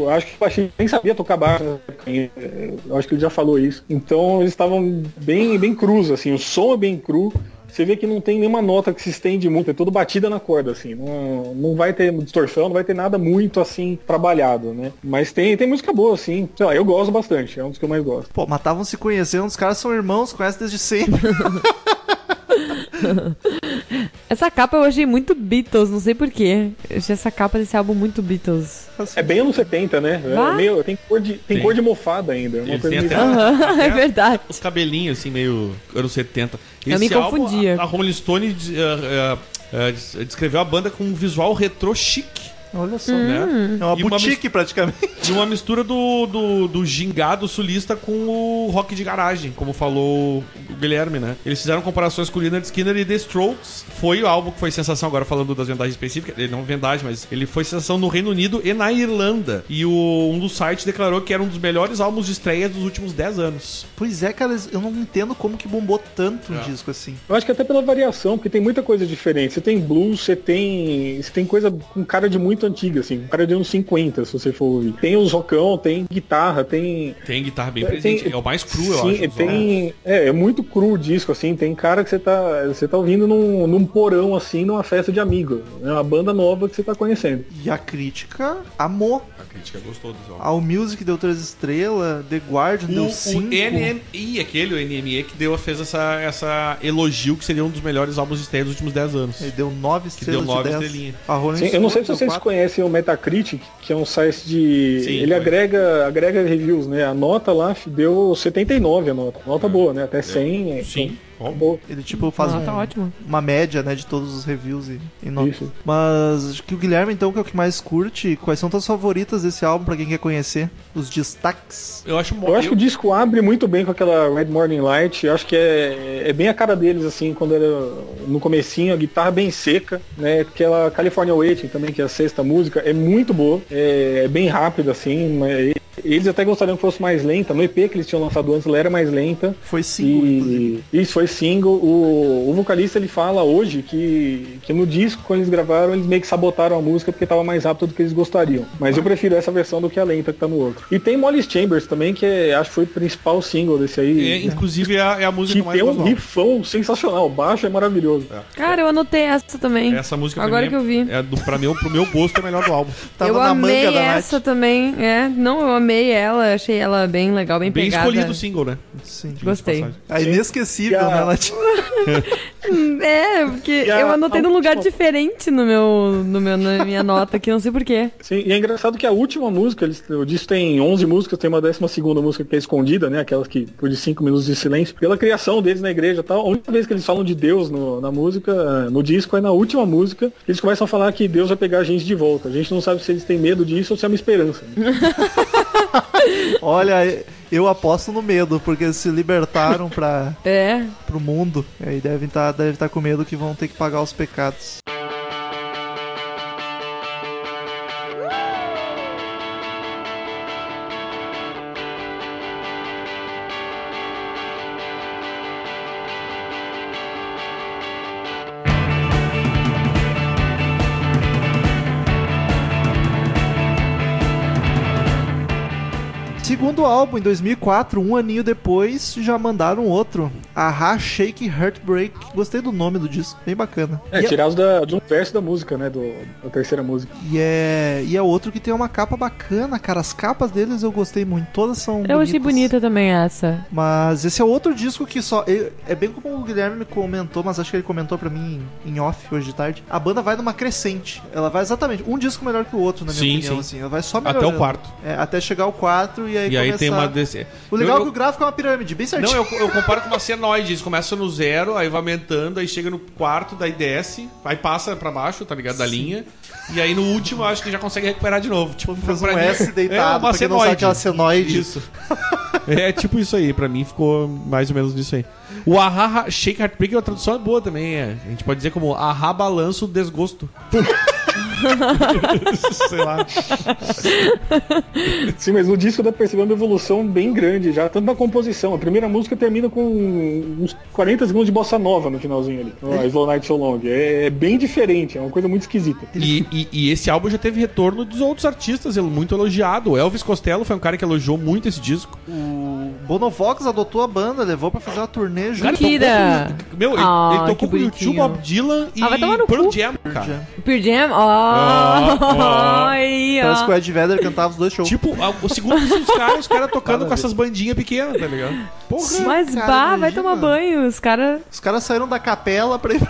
eu Acho que o Baixinho nem sabia tocar baixo. nessa época ainda, é, Eu acho que ele já falou isso. Então eles estavam bem, bem crus, assim, o som é bem cru. Você vê que não tem nenhuma nota que se estende muito, é tudo batida na corda, assim. Não, não vai ter distorção, não vai ter nada muito assim trabalhado, né? Mas tem, tem música boa, assim. Sei lá, eu gosto bastante, é um dos que eu mais gosto. Pô, mas estavam se conhecendo, os caras são irmãos, conhecem desde sempre. Essa capa eu achei muito Beatles, não sei porquê. Eu achei essa capa desse álbum muito Beatles. Assim, É bem anos 70, né? Vai. É meio, tem cor de, tem Sim. cor de mofada ainda. é Uma Eles coisa têm meio- até um Aham, é verdade. Os cabelinhos, assim, meio anos 70. Eu me confundia. a, a Rolling Stone eh, eh, eh, des- descreveu a banda com um visual retrô chique, Olha só. Hum. né? É uma E uma boutique, praticamente. E uma mistura do, do, do gingado sulista com o rock de garagem, como falou o Guilherme, né? Eles fizeram comparações com o Leonard Skinner e The Strokes. Foi o álbum que foi sensação, agora falando das vendagens específicas, ele não é vendagem, mas ele foi sensação no Reino Unido e na Irlanda. E o, um dos sites declarou que era um dos melhores álbuns de estreia dos últimos 10 anos. Pois é, cara, eu não entendo como que bombou tanto um É. disco assim. Eu acho que até pela variação, porque tem muita coisa diferente. Você tem blues, você tem. Você tem coisa com cara de muito antiga, assim, com cara de uns 50, se você for ouvir. Tem os rockão, tem guitarra, tem. Tem guitarra bem Tem- presente, é o mais cru, eu acho. Sim, dos álbuns. tem. É, é muito cru o disco, assim, tem cara que você tá. Você tá ouvindo num, num porão, assim, numa festa de amigo. É uma banda nova que você tá conhecendo. E a crítica amou. A crítica gostou dos álbuns. Ao Music deu três estrelas, The Guardian O, deu o cinco. NME, aquele o NME que deu, fez essa, essa elogio que seria um dos melhores álbuns de estreia dos últimos 10 anos. É, Ele deu nove deu estrelas nove de dez. estrelinhas. A Rolling Sim, eu Stone não sei se deu vocês quatro. conhecem o Metacritic, que é um site de. Sim, ele foi. agrega, agrega reviews, né? A nota lá deu 79 a nota. Nota boa, né? Até 100. é- Hum. Sim, é bom. boa. Ele, tipo, faz Ah, um- tá ótimo. uma média, né, de todos os reviews e, e nota. Isso. Mas acho que o Guilherme, então, que é o que mais curte, quais são tuas favoritas desse álbum, pra quem quer conhecer? Os destaques? Eu acho bom. Eu acho que o disco abre muito bem com aquela Red Morning Light. Eu acho que é, é bem a cara deles, assim, quando era no comecinho, a guitarra bem seca, né? Aquela California Waiting também, que é a sexta música, é muito boa. É, é bem rápida, assim. mas Eles até gostariam que fosse mais lenta. No EP que eles tinham lançado antes, ela era mais lenta. Foi cinco, inclusive. E- Isso foi single. O, o vocalista ele fala hoje que, que no disco, quando eles gravaram, eles meio que sabotaram a música porque tava mais rápido do que eles gostariam. Mas eu prefiro essa versão do que a lenta que tá no outro. E tem Molly Chambers também, que é- acho que foi o principal single desse É, aí. inclusive é a, é a música que mais tem um gostosa. rifão sensacional. O baixo é maravilhoso. Cara, eu anotei essa também. É Essa música pra Agora mim que eu vi. É é do, pra mim, pro meu gosto, é a melhor do álbum. Tava eu na amei manga da Nath. essa também, é. Não, eu amei ela, achei ela bem legal, bem, Bem pegada. escolhido o single, né? Sim. Diga-se Gostei. de passagem. É inesquecível, E a- né, Latinha? É, porque E a- eu anotei a num lugar última- diferente no meu, no meu, na minha nota aqui, não sei porquê. Sim, e é engraçado que a última música, eles, o disco tem 11 músicas, tem uma décima segunda música que é escondida, né? Aquela que foi de 5 minutos de silêncio. Pela criação deles na igreja e tal, a única vez que eles falam de Deus no- na música, eh, no disco, é na última música. Eles começam a falar que Deus vai pegar a gente de volta. A gente não sabe se eles têm medo disso ou se é uma esperança. Olha, eu aposto no medo, porque eles se libertaram pra, É, pro mundo. E aí devem estar devem tá com medo que vão ter que pagar os pecados. Segundo álbum, em 2004, um aninho depois, já mandaram outro. Aha Shake Heartbreak. Gostei do nome do disco, bem bacana. É, e, é, tirados da, de um verso da música, né? Do, da terceira música. e, é, e é outro que tem uma capa bacana, cara. As capas deles eu gostei muito, todas são eu achei bonitas. bonita também essa. Mas esse é outro disco que só. eu- É bem como o Guilherme me comentou, mas acho que ele comentou pra mim em off hoje de tarde. A banda vai numa crescente. Ela vai exatamente. Um disco melhor que o outro, na minha Sim, opinião, sim. assim. Ela vai só Até melhorando. o quarto. É, até chegar ao 4 e aí E aí começar. tem uma desse. O legal Eu- é que o gráfico é uma pirâmide, bem certinho. Não, eu, eu comparo com uma senoide. Eles começam no zero, aí vai aumentando, aí chega no quarto, daí desce, aí passa pra baixo, tá ligado? Da linha. E aí no último eu acho que já consegue recuperar de novo. Tipo, Fez um pra mim- S deitado, uma pra quem não sabe é senoide. aquela senoide. Isso. é tipo isso aí, pra mim ficou mais ou menos nisso aí. O Ahaha Shake Heartbreak é uma tradução boa também, é. A gente pode dizer como Ahá Balanço Desgosto. Sei lá. Sim, mas no disco dá pra perceber uma evolução bem grande já, tanto na composição. A primeira música termina com uns 40 segundos de bossa nova no finalzinho ali. A Slow Night So Long. É, é bem diferente, é uma coisa muito esquisita. E, e- e esse álbum já teve retorno dos outros artistas, ele muito elogiado. O Elvis Costello foi um cara que elogiou muito esse disco. O Bonovox adotou a banda, levou pra fazer uma turnê junto. Cara, ele Mentira! tocou com- Meu, ele- Ah, ele tocou que com o YouTube, bonitinho. Bob Dylan e Ah, vai tomar no Pearl cu. Jam, Pearl cara. Jam. Pearl Jam? Ó! ó. aí, Ah, ó. Parece que o Ed Vedder cantava os dois shows. Tipo, a- o segundo disco dos caras, os caras tocando com essas bandinhas pequenas, tá ligado? Porra! Mas cara, bah, vai imagina. tomar banho. Os caras Os caras saíram da capela pra ir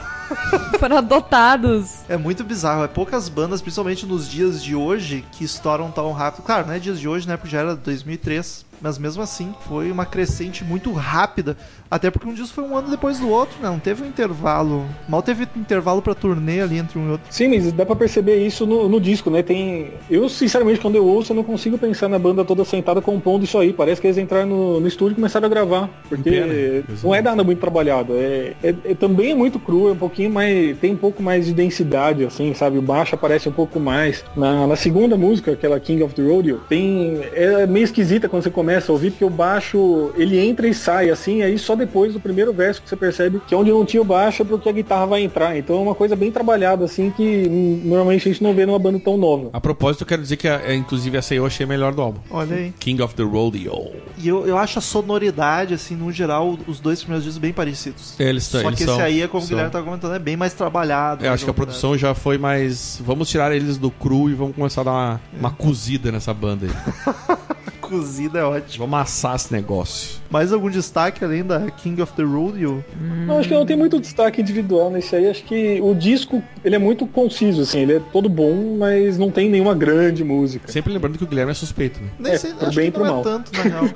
foram adotados. É muito bizarro, é poucas bandas, principalmente nos dias de hoje, que estouram tão rápido. Claro, não é dias de hoje, né? Porque já era 2003. Mas mesmo assim, foi uma crescente muito rápida. Até porque um disco foi um ano depois do outro, né? Não teve um intervalo. Mal teve intervalo pra turnê ali entre um e outro. Sim, mas dá pra perceber isso no, no disco, né? Tem. Eu, sinceramente, quando eu ouço, eu não consigo pensar na banda toda sentada compondo isso aí. Parece que eles entraram no, no estúdio e começaram a gravar. Porque Pena. não é nada muito trabalhado. É, é- é- também é muito cru, é um pouquinho mais. Tem um pouco mais de densidade, assim, sabe? O baixo aparece um pouco mais. Na, na segunda música, aquela King of the Rodeo, tem. É meio esquisita quando você começa a ouvir, porque o baixo ele entra e sai, assim, aí só depois do primeiro verso que você percebe que onde não tinha o baixo é porque a guitarra vai entrar. Então é uma coisa bem trabalhada, assim, que hum, normalmente a gente não vê numa banda tão nova. A propósito, eu quero dizer que, a- é, inclusive, essa aí eu achei a melhor do álbum. Olha aí. King of the Rodeo. E eu, eu acho a sonoridade, assim, no geral, os dois primeiros discos bem parecidos. Eles, Só que esse aí, é como o Guilherme tá comentando, é bem mais trabalhado. né, Eu acho que a mais organizado. produção já foi mais. Vamos tirar eles do cru e vamos começar a dar uma, uma cozida nessa banda aí. Cozida é ótimo. Vamos amassar esse negócio. Mais algum destaque além da King of the Rodeo? Não, acho que não tem muito destaque individual nesse aí. Acho que o disco, ele é muito conciso, assim, ele é todo bom, mas não tem nenhuma grande música. Sempre lembrando que o Guilherme é suspeito, né? Nem É, sei, pro acho bem e que pro não mal. é tanto, na real.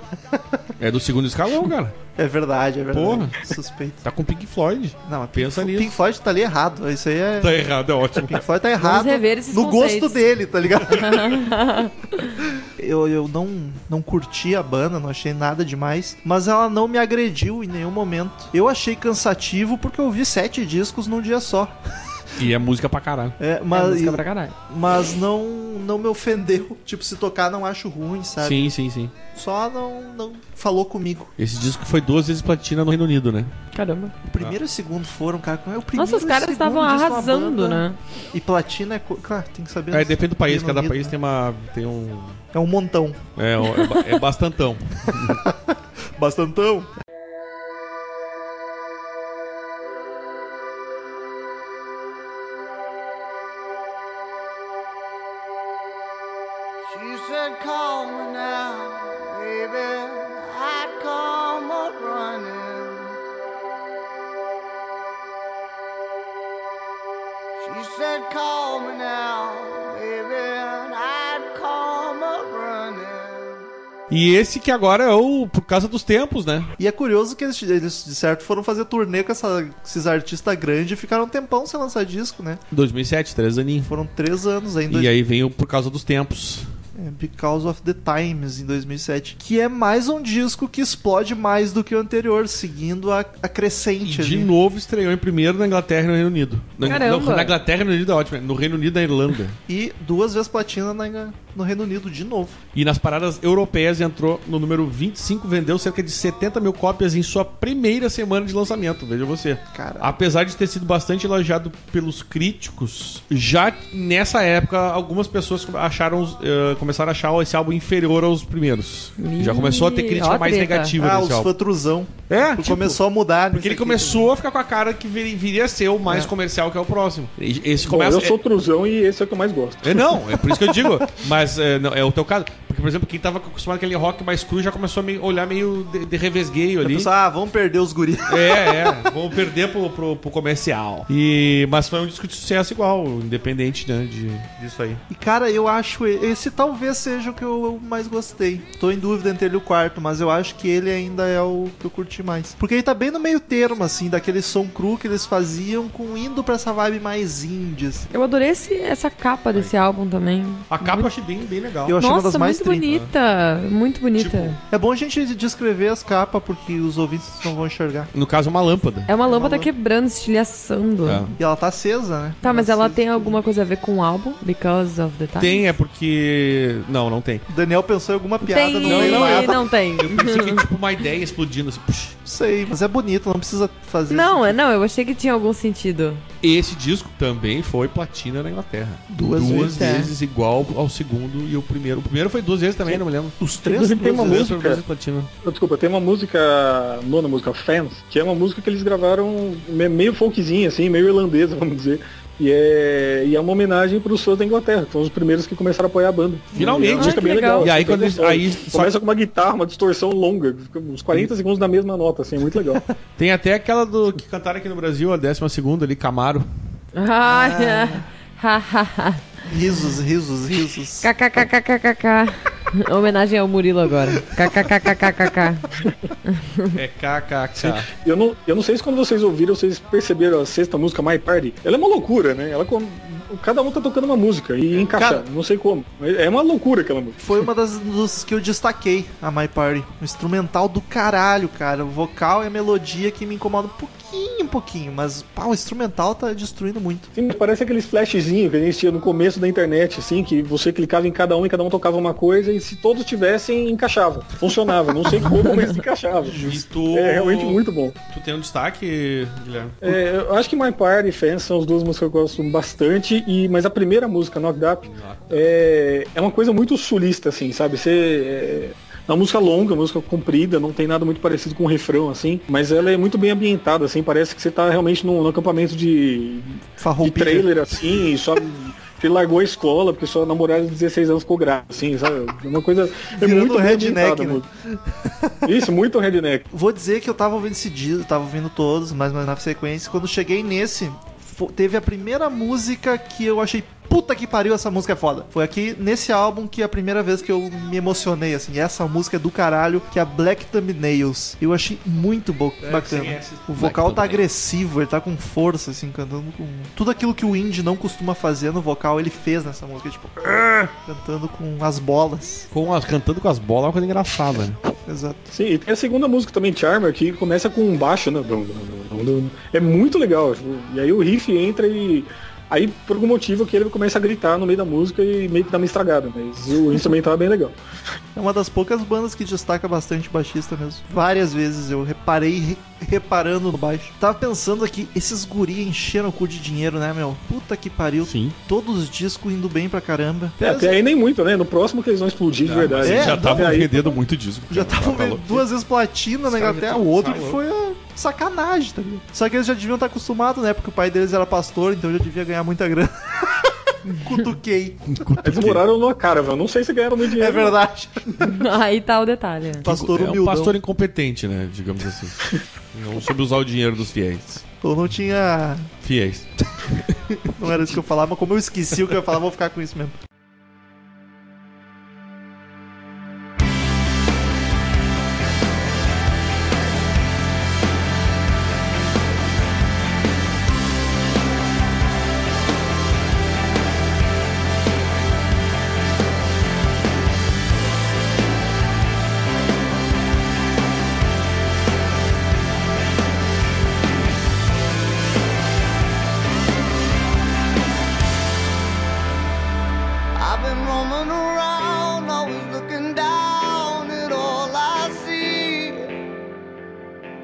É do segundo escalão, cara. É verdade, é verdade. Porra. Suspeito. Tá com Pink Floyd. Não, mas Pensa Pink, nisso. Pink Floyd tá ali errado. Isso aí é. Tá errado, é ótimo. Pink Floyd tá errado. rever esses no gosto conceitos. dele, tá ligado? É eu eu não, não curti a banda, não achei nada demais. Mas ela não me agrediu em nenhum momento. Eu achei cansativo porque eu vi sete discos num dia só. E é música pra caralho. É, É mas música pra caralho. mas não, não me ofendeu. Tipo, se tocar, não acho ruim, sabe? Sim, sim, sim. Só não, não falou comigo. Esse disco foi duas vezes platina no Reino Unido, né? Caramba. O primeiro e Ah. o segundo foram, cara. Como é o primeiro Nossa, os e o caras segundo estavam disco de uma arrasando, banda? né? E platina é. co- Claro, tem que saber. É, nos- depende do país, Reino cada Unido, país né? tem uma. tem um. É um montão. É, um- é, ba- é bastantão. Bastantão. She said, call me now, baby. I come up running. She said, call me now, baby. And I come up running. E esse que agora é o. Por causa dos tempos, né? E é curioso que eles, eles, de certo, foram fazer turnê com essa- com esses artistas grandes e ficaram um tempão sem lançar disco, né? 2007, três aninhos. Foram três anos ainda. E aí vem o Por causa dos tempos. É, Because of the Times, em 2007. Que é mais um disco que explode mais do que o anterior, seguindo a, a E crescente de ali. novo estreou em primeiro na Inglaterra e no Reino Unido. Na, Caramba. não, na Inglaterra e no Reino Unido é ótimo. No Reino Unido e na Irlanda. E duas vezes platina na- no Reino Unido, de novo. E nas paradas europeias entrou no número 25, vendeu cerca de 70 mil cópias em sua primeira semana de lançamento. Veja você. Cara. Apesar de ter sido bastante elogiado pelos críticos, já nessa época algumas pessoas acharam, eh, começaram a achar esse álbum inferior aos primeiros. Ih, já começou a ter crítica ó, mais treta. negativa Ah, desse os álbum. fatruzão. É, tipo, começou a mudar. Porque ele começou a ficar com a cara que vir- viria a ser o mais É. comercial que é o próximo. E- Esse Bom, começa. eu sou truzão e esse é o que eu mais gosto. É, não, é por isso que eu digo. Mas Mas é, não, é o teu caso. Porque, por exemplo, quem tava acostumado com aquele rock mais cru já começou a meio- olhar meio de, de revesgueio ali. Pensar, ah, vamos perder os guris. É, é. Vão perder pro, pro, pro comercial. E, mas foi um disco de sucesso igual, independente né, de, disso aí. E cara, eu acho e- esse talvez seja o que eu mais gostei. Tô em dúvida entre ele e o quarto, mas eu acho que ele ainda é o que eu curti mais. Porque ele tá bem no meio termo, assim, daquele som cru que eles faziam com indo pra essa vibe mais indies. Eu adorei esse- essa capa desse álbum também. A capa eu achei bem, bem legal. Eu achei uma das Nossa, mais né? tri. muito bonita. Muito bonita. É bom a gente descrever as capas, porque os ouvintes não vão enxergar. No caso, é uma lâmpada. É uma lâmpada lâmpada. quebrando, estilhaçando. É. E ela tá acesa, né? Tá, mas ela acesa. tem alguma coisa a ver com o álbum? Because of the time? Tem, é porque. Não, não tem. O Daniel pensou em alguma piada Tem, no meio não, da não, nada. tem. Eu pensei que tipo uma ideia explodindo assim. puxa. Não sei, mas é bonito, não precisa fazer Não, é- não, eu achei que tinha algum sentido. Esse disco também foi platina na Inglaterra. Duas vezes, vezes, é. igual ao segundo e o primeiro. O primeiro foi duas vezes também, não me lembro. os três. Inclusive tem uma Duas vezes, música. duas vezes platina. Desculpa, tem uma música, nona música, Fans, que é uma música que eles gravaram me- meio folkzinha, assim, meio irlandesa, vamos dizer. E é, e é uma homenagem para os fãs da Inglaterra, que são os primeiros que começaram a apoiar a banda. Finalmente. E é uma música Ai, que bem legal. legal. E aí, assim, quando bem eles- gostosa. aí só- Começa com uma guitarra, uma distorção longa, fica uns 40 segundos na mesma nota, assim, é muito legal. Tem até aquela do que cantaram aqui no Brasil, a décima segunda ali, Camaro. Ai, ah. Risos, risos, risos. KKKKKKK. Homenagem ao Murilo agora. KKKKKKK. É KKK. Eu não, eu não sei se quando vocês ouviram, vocês perceberam a sexta música, My Party. Ela é uma loucura, né? Ela com- Cada um tá tocando uma música e encaixa, não sei como. mas É uma loucura aquela música. Foi uma das dos que eu destaquei, a My Party. O instrumental do caralho, cara. O vocal e a melodia que me incomoda um pouquinho, um pouquinho. Mas, pá, o instrumental tá destruindo muito. Sim, mas parece aqueles flashzinhos que a gente tinha no começo da internet, assim, que você clicava em cada um e cada um tocava uma coisa e se todos tivessem, encaixava. Funcionava. Não sei como, mas encaixava. E tu. É realmente muito bom. Tu tem um destaque, Guilherme? É, eu acho que My Party e Fans são as duas músicas que eu gosto bastante, e, mas a primeira música, Knocked Up, é, é uma coisa muito sulista, assim, sabe? Você. É, é uma música longa, uma música comprida, não tem nada muito parecido com um refrão, assim, mas ela é muito bem ambientada, assim, parece que você tá realmente num, num acampamento de, de Farroupilha. trailer, assim, e só. Você largou a escola porque sua namorada de 16 anos ficou grávida, assim, sabe? É Uma coisa. É Virando muito bem redneck, ambientada a né? música. Isso, muito redneck. Vou dizer que eu tava ouvindo esse disco, tava ouvindo todos, mas, mas na sequência. Quando cheguei nesse, fo- teve a primeira música que eu achei. Puta que pariu, essa música é foda. Foi aqui nesse álbum que é a primeira vez que eu me emocionei, assim. Essa música é do caralho, que é a Black Thumbnails. Eu achei muito bo- bacana. É, sim, essa- O vocal Black tá Thumbnails. agressivo, ele tá com força, assim, cantando com. Tudo aquilo que o indie não costuma fazer no vocal, ele fez nessa música, tipo. Ah! Cantando com as bolas. Com as, cantando com as bolas é uma coisa engraçada. né? Exato. Sim, e tem a segunda música também, Charmer, que começa com um baixo, né? Dum, dum, dum, dum, dum. É muito legal. tipo, E aí o riff entra e. Aí, por algum motivo, que ele começa a gritar no meio da música e meio que dá uma estragada, mas o instrumental é bem legal. É uma das poucas bandas que destaca bastante o baixista mesmo. Várias vezes eu reparei re- reparando no baixo. Tava pensando aqui, esses guri encheram o cu de dinheiro, né, meu? Puta que pariu. Sim. Todos os discos indo bem pra caramba. É, até aí nem muito, né? No próximo que eles vão explodir de verdade. assim- Ah, mas já não, tava até aí- vendendo muito disco. Já cara. estavam Tá vendo louco. duas vezes platina na caras já Inglaterra, tão- o outro tá que foi a sacanagem, tá ligado? Só que eles já deviam estar acostumados, né? Porque o pai deles era pastor, então já devia ganhar muita grana. Cutuquei. Eles moraram numa cara, velho. Não sei se ganharam É muito dinheiro. verdade. Aí tá o detalhe. Pastor É um humildão. pastor incompetente, né? Digamos assim. Não soube usar o dinheiro dos fiéis. Eu não tinha Fiéis. Não era isso que eu falava, mas como eu esqueci o que eu ia falar, vou ficar com isso mesmo. I've been roaming around, always looking down at all I see.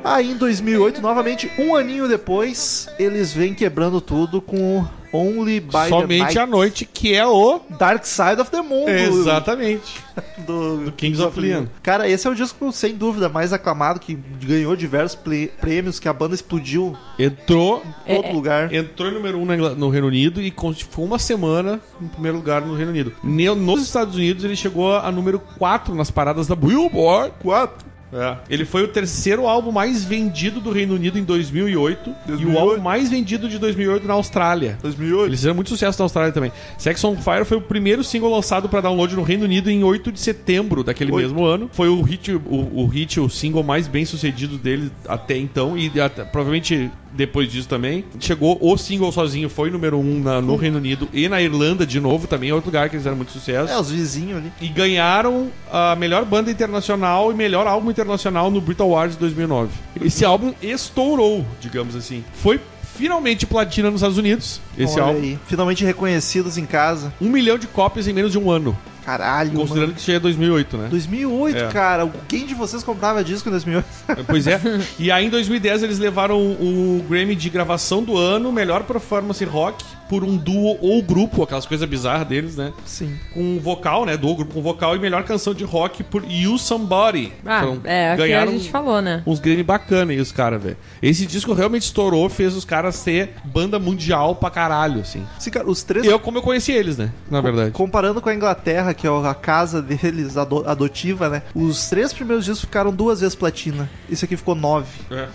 Aí em 2008, novamente, um aninho depois, eles vêm quebrando tudo com Only by the Somente Night. à noite, que é o. Dark Side of the Moon. do- Exatamente. Do, Do Kings of Leon. Cara, esse é o disco, sem dúvida, mais aclamado, que ganhou diversos ple- prêmios, que a banda explodiu Entrou. em todo lugar. Entrou em número um na Ingla- no Reino Unido e con- ficou uma semana em primeiro lugar no Reino Unido. Ne- Nos Estados Unidos ele chegou a número 4 nas paradas da Billboard. 4. É. Ele foi o terceiro álbum mais vendido do Reino Unido em 2008, e o 2008. álbum mais vendido de 2008 na Austrália. 2008. Eles fizeram muito sucesso na Austrália também. Sex on Fire foi o primeiro single lançado pra download no Reino Unido em 8 de setembro daquele Oito. mesmo ano. Foi o hit, o, o hit, o single mais bem sucedido dele até então e até- provavelmente depois disso também. Chegou o single sozinho, foi número 1 um na- no Reino Unido e na Irlanda de novo também, é outro lugar que eles fizeram muito sucesso É, os vizinhos ali. e ganharam a melhor banda internacional e melhor álbum internacional no Brit Awards 2009. Esse álbum estourou, digamos assim. Foi finalmente platina nos Estados Unidos, esse Olha álbum. aí. Finalmente reconhecidos em casa. Um milhão de cópias em menos de um ano, Caralho, considerando mano. que chega em um 2008, né? 2008, É. cara. Quem de vocês comprava disco em 2008? Pois é. E aí em 2010 eles levaram o Grammy de gravação do ano, melhor performance rock, por um duo ou grupo, aquelas coisas bizarras deles, né? Sim. Com vocal, né? Do grupo com vocal e melhor canção de rock por You Somebody. Ah, Então, Foram- é, aqui a um gente falou, né? uns Grammy bacana aí, os caras, velho. Esse disco realmente estourou, fez os caras ser banda mundial pra caralho, assim. Sim, cara, os três. Eu, como eu conheci eles, né? Na verdade. Comparando com a Inglaterra, que é a casa deles, ado- adotiva, né? Os três primeiros discos ficaram duas vezes platina. Esse aqui ficou nove. É,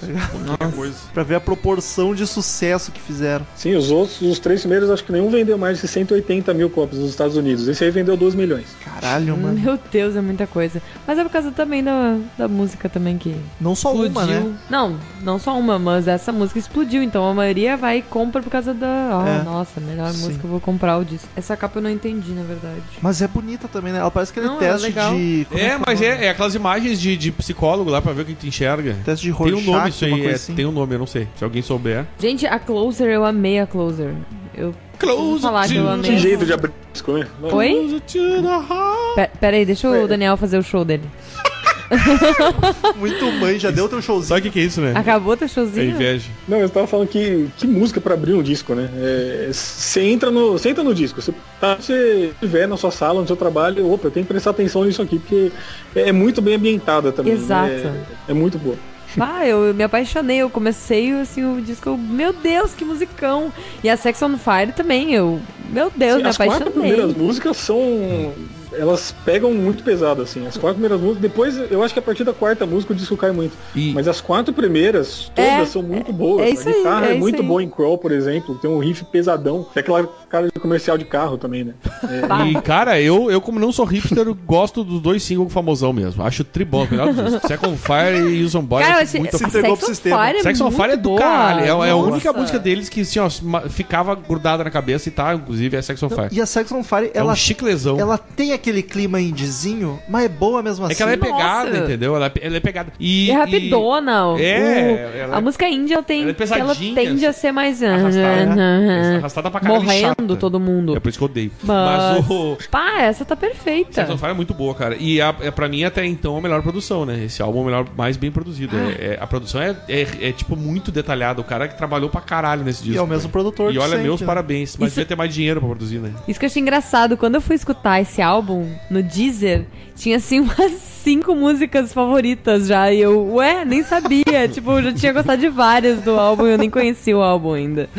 coisa. Pra ver a proporção de sucesso que fizeram. Sim, os outros, os três primeiros, acho que nenhum vendeu mais de 180 mil cópias nos Estados Unidos. Esse aí vendeu 2 milhões. Caralho, mano. Meu Deus, é muita coisa. Mas é por causa também da, da música também que Não só uma, explodiu. né? Não, não só uma, mas essa música explodiu, então a maioria vai e compra por causa da. Ah, É. nossa, melhor Sim. música, eu vou comprar o disco. Essa capa eu não entendi, na verdade. Mas é bonita também, né? Ela parece aquele Não, é teste legal. de. como que É, o mas nome? é, é aquelas imagens de, de psicólogo lá pra ver o que tu enxerga. Teste de Tem Rorschach, um nome isso uma aí, coisa é, assim. tem um nome, eu não sei. Se alguém souber. Gente, a Closer, eu amei a Closer. Eu... Close Vamos falar que eu to- amei. Que jeito de abrir disco, né? Nossa. Oi? Close to the heart. Pe- Pera aí, deixa Foi. o Daniel fazer o show dele. um Muito mãe, já deu teu showzinho. Sabe o que, que é isso, né? Acabou teu É showzinho? inveja. Não, eu tava falando que, que música pra abrir um disco, né? É, Você entra no, você entra no disco, você tá, você estiver na sua sala, no seu trabalho, opa, eu tenho que prestar atenção nisso aqui, porque é muito bem ambientada também. né? Exato. É, é muito boa. Ah, eu me apaixonei, eu comecei assim, o disco, eu, meu Deus, que musicão! E a Sex on Fire também, eu, meu Deus, Sim, me Assim, as quatro apaixonei. primeiras músicas são. Elas pegam muito pesado, assim. As quatro primeiras músicas. Depois, eu acho que a partir da quarta música o disco cai muito. E- Mas as quatro primeiras, todas É, são muito boas. é isso a aí, guitarra é é, isso muito aí. boa em Crawl, por exemplo. Tem um riff pesadão. Tem aquela cara de comercial de carro também, né? E, cara, eu, eu, como não sou hipster, eu gosto dos dois singles famosão mesmo. Acho tribó, melhor dos discos. Second Fire e Use On Body. Cara, eu acho achei, muito a se entregou Sex pro on sistema. Fire é Sex on muito Fire é do boa. caralho. É, é a Nossa. única música deles que assim, ó, ma- ficava grudada na cabeça e tá, inclusive, é Sex on Fire. E a Sex on Fire, é ela, um chiclezão. ela tem aquele clima indizinho, mas é boa mesmo assim. é que ela é Nossa. pegada, entendeu? Ela é, pe- ela é pegada. E, É e- rapidona. o- É, ela é- a música índia ela tem, ela é pesadinha, assim, ela tende a ser mais Arrastada, é, Arrastada pra caralho. e né? morrendo chata. todo mundo. É por isso que eu odeio. Mas- Mas o. Pá, essa tá Sex perfeita. on Fire é muito boa, cara. E a, é, pra mim, até então, a melhor produção, né? Esse álbum é o melhor, mais bem produzido. Ah. É- é- a produção é, é- é, tipo, muito detalhada. O cara que trabalhou pra caralho nesse disco. E é o mesmo né? produtor E olha, sempre, meus né? parabéns. Mas Isso- é- devia ter mais dinheiro pra produzir, né? Isso que eu achei engraçado, quando eu fui escutar esse álbum no Deezer, tinha assim umas cinco músicas favoritas já. E eu, ué, nem sabia. tipo, eu já tinha gostado de várias do álbum e eu nem conhecia o álbum ainda.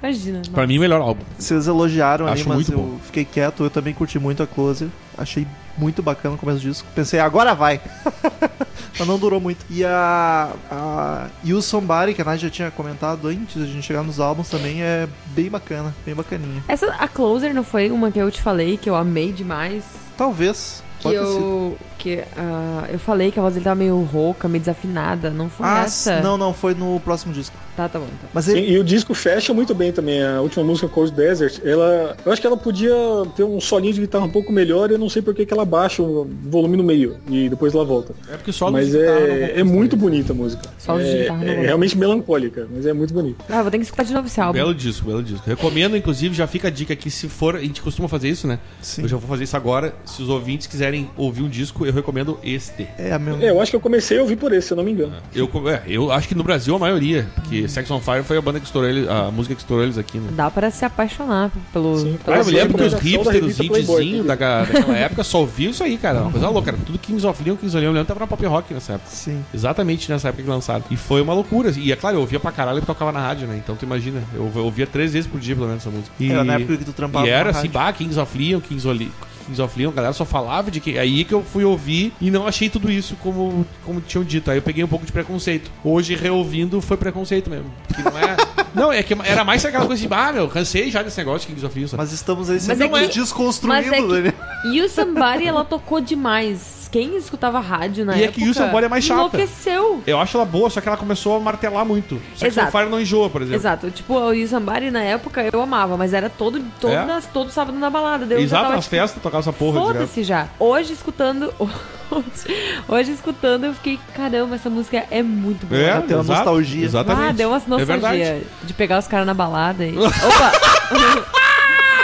Imagina. Pra mim, o melhor álbum. Vocês elogiaram ali, Acho mas muito eu bom. fiquei quieto. Eu também curti muito a Closer. Achei muito bacana o começo do disco. Pensei, agora vai. mas não durou muito. E a, a You Somebody, que a Nath já tinha comentado antes de a gente chegar nos álbuns, também é bem bacana, bem bacaninha. Essa, a Closer não foi uma que eu te falei que eu amei demais? Talvez. Que eu, que, ah, eu falei que a voz dele tava meio rouca, meio desafinada. Não foi Ah, essa? não, não, foi no próximo disco. Tá, tá bom. Então. Mas Sim, ele. É, e o disco fecha muito bem também. A última música, Cold Desert, ela. Eu acho que ela podia ter um solinho de guitarra um pouco melhor. Eu não sei por que que ela baixa o volume no meio e depois ela volta. É porque só mas é, é né? muito bonita a música. Solos de é, guitarra não é gosto. realmente melancólica, mas é muito bonita. Ah, vou ter que escutar de novo esse álbum. Belo disco, belo disco. Recomendo, inclusive, já fica a dica aqui, se for, a gente costuma fazer isso, né? Sim. Eu já vou fazer isso agora. Se os ouvintes quiserem quiserem ouvir um disco, eu recomendo este. É a mesma. É, eu acho que eu comecei a ouvir por esse, se eu não me engano. Eu, é, eu acho que no Brasil a maioria, porque Sex on Fire foi a banda que estourou eles, a música que estourou eles aqui, né? Dá pra se apaixonar pelo. Sim, pela Ah, eu me Parece lembro que os representação da hipsters, os revista Playboy, indiezinhos da, ga- daquela época só ouviam isso aí, cara. Uma coisa louca, era tudo Kings of Leon, Kings of Leon, eu lembro que tava na pop rock nessa época. Sim. Exatamente nessa época que lançaram. E foi uma loucura. E é claro, eu ouvia pra caralho porque tocava na rádio, né? Então tu imagina, eu eu ouvia três vezes por dia, pelo menos, essa música. E, Era na época que tu trampava. e na era assim, rádio. bah, Kings of Leon, Kings of, Kings of Leon, a galera só falava de que. Aí que eu fui ouvir e não achei tudo isso como, como tinham dito. Aí eu peguei um pouco de preconceito. Hoje, reouvindo, foi preconceito mesmo. Que não é. não, é que era mais aquela coisa de, ah, meu, cansei já desse negócio de Kings of Leon. sabe? Mas estamos aí Mas é sendo que- desconstruindo, Mas é Daniel. que You Somebody, ela tocou demais. Quem escutava rádio na E é época... que You Somebody é mais chata. Enlouqueceu. Eu acho ela boa, só que ela começou a martelar muito. Sex on Exato. Fire não enjoa, por exemplo. Exato, tipo, o You Somebody na época eu amava, mas era todo, todas, todo sábado na balada. Daí eu já É? Exato, tava, nas tipo, festas tocava essa porra. direto. Foda-se já. Hoje escutando. Hoje, hoje escutando, eu fiquei, caramba, essa música é muito boa. É, Até uma exato, nostalgia. Exatamente. Ah, deu umas É verdade. nostalgia de pegar os caras na balada e. Opa!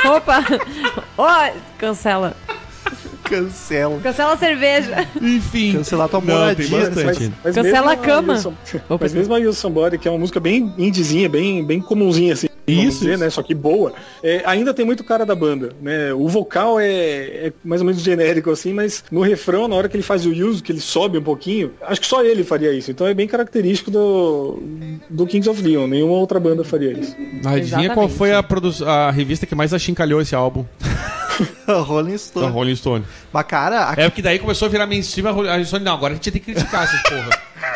Opa! Ó, cancela. Cancela. Cancela a cerveja. Enfim. Cancelar tua Não, tem moradia. bastante. ainda. mas Cancela mesmo a cama. Wilson- Opa, mas mesmo a Wilson Somebody, que é uma música bem indizinha, bem, bem comumzinha, assim. vamos Isso, dizer, isso. né? Só que boa. É, ainda tem muito cara da banda, né? O vocal é, é mais ou menos genérico, assim, mas no refrão, na hora que ele faz o use, que ele sobe um pouquinho, acho que só ele faria isso. Então é bem característico do, do Kings of Leon. Nenhuma outra banda faria isso. Adivinha qual foi a, produ- a revista que mais achincalhou esse álbum Rolling da Stone. Rolling Stone? Mas, cara, a, É porque daí começou a virar mainstream a Rolling a Rolling Stone. Não, agora a gente tem que criticar essas porra.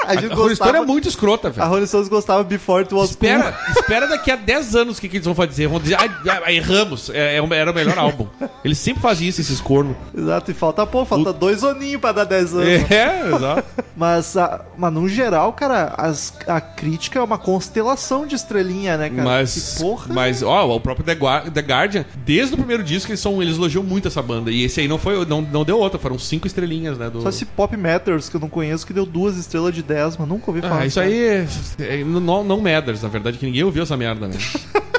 a gente A Rolling Stone gostava... é muito escrota, A velho. Rolling Stones gostava Before It Was Espera, espera daqui a 10 anos o que, que eles vão fazer. Vão dizer, ai, ai, erramos, é, é um- era o melhor álbum. Eles sempre faziam isso, esses cornos. Cool. Exato, e falta pouco, falta dois aninhos pra dar 10 anos. É, exato. Mas, a, mas, no geral, cara, as- a crítica é uma constelação de estrelinha, né, cara? Mas, Que porra. mas ó, o próprio The, Gua- The Guardian, desde o primeiro disco, eles, são, eles elogiam muito essa banda. E esse aí não foi, não, não deu outra, foram cinco estrelinhas, né? Do... Só esse Pop Matters que eu não conheço, que deu duas estrelas de 10, mas nunca ouvi falar. Ah, isso cara. aí é- é- não, não matters, na verdade, que ninguém ouviu essa merda, né? é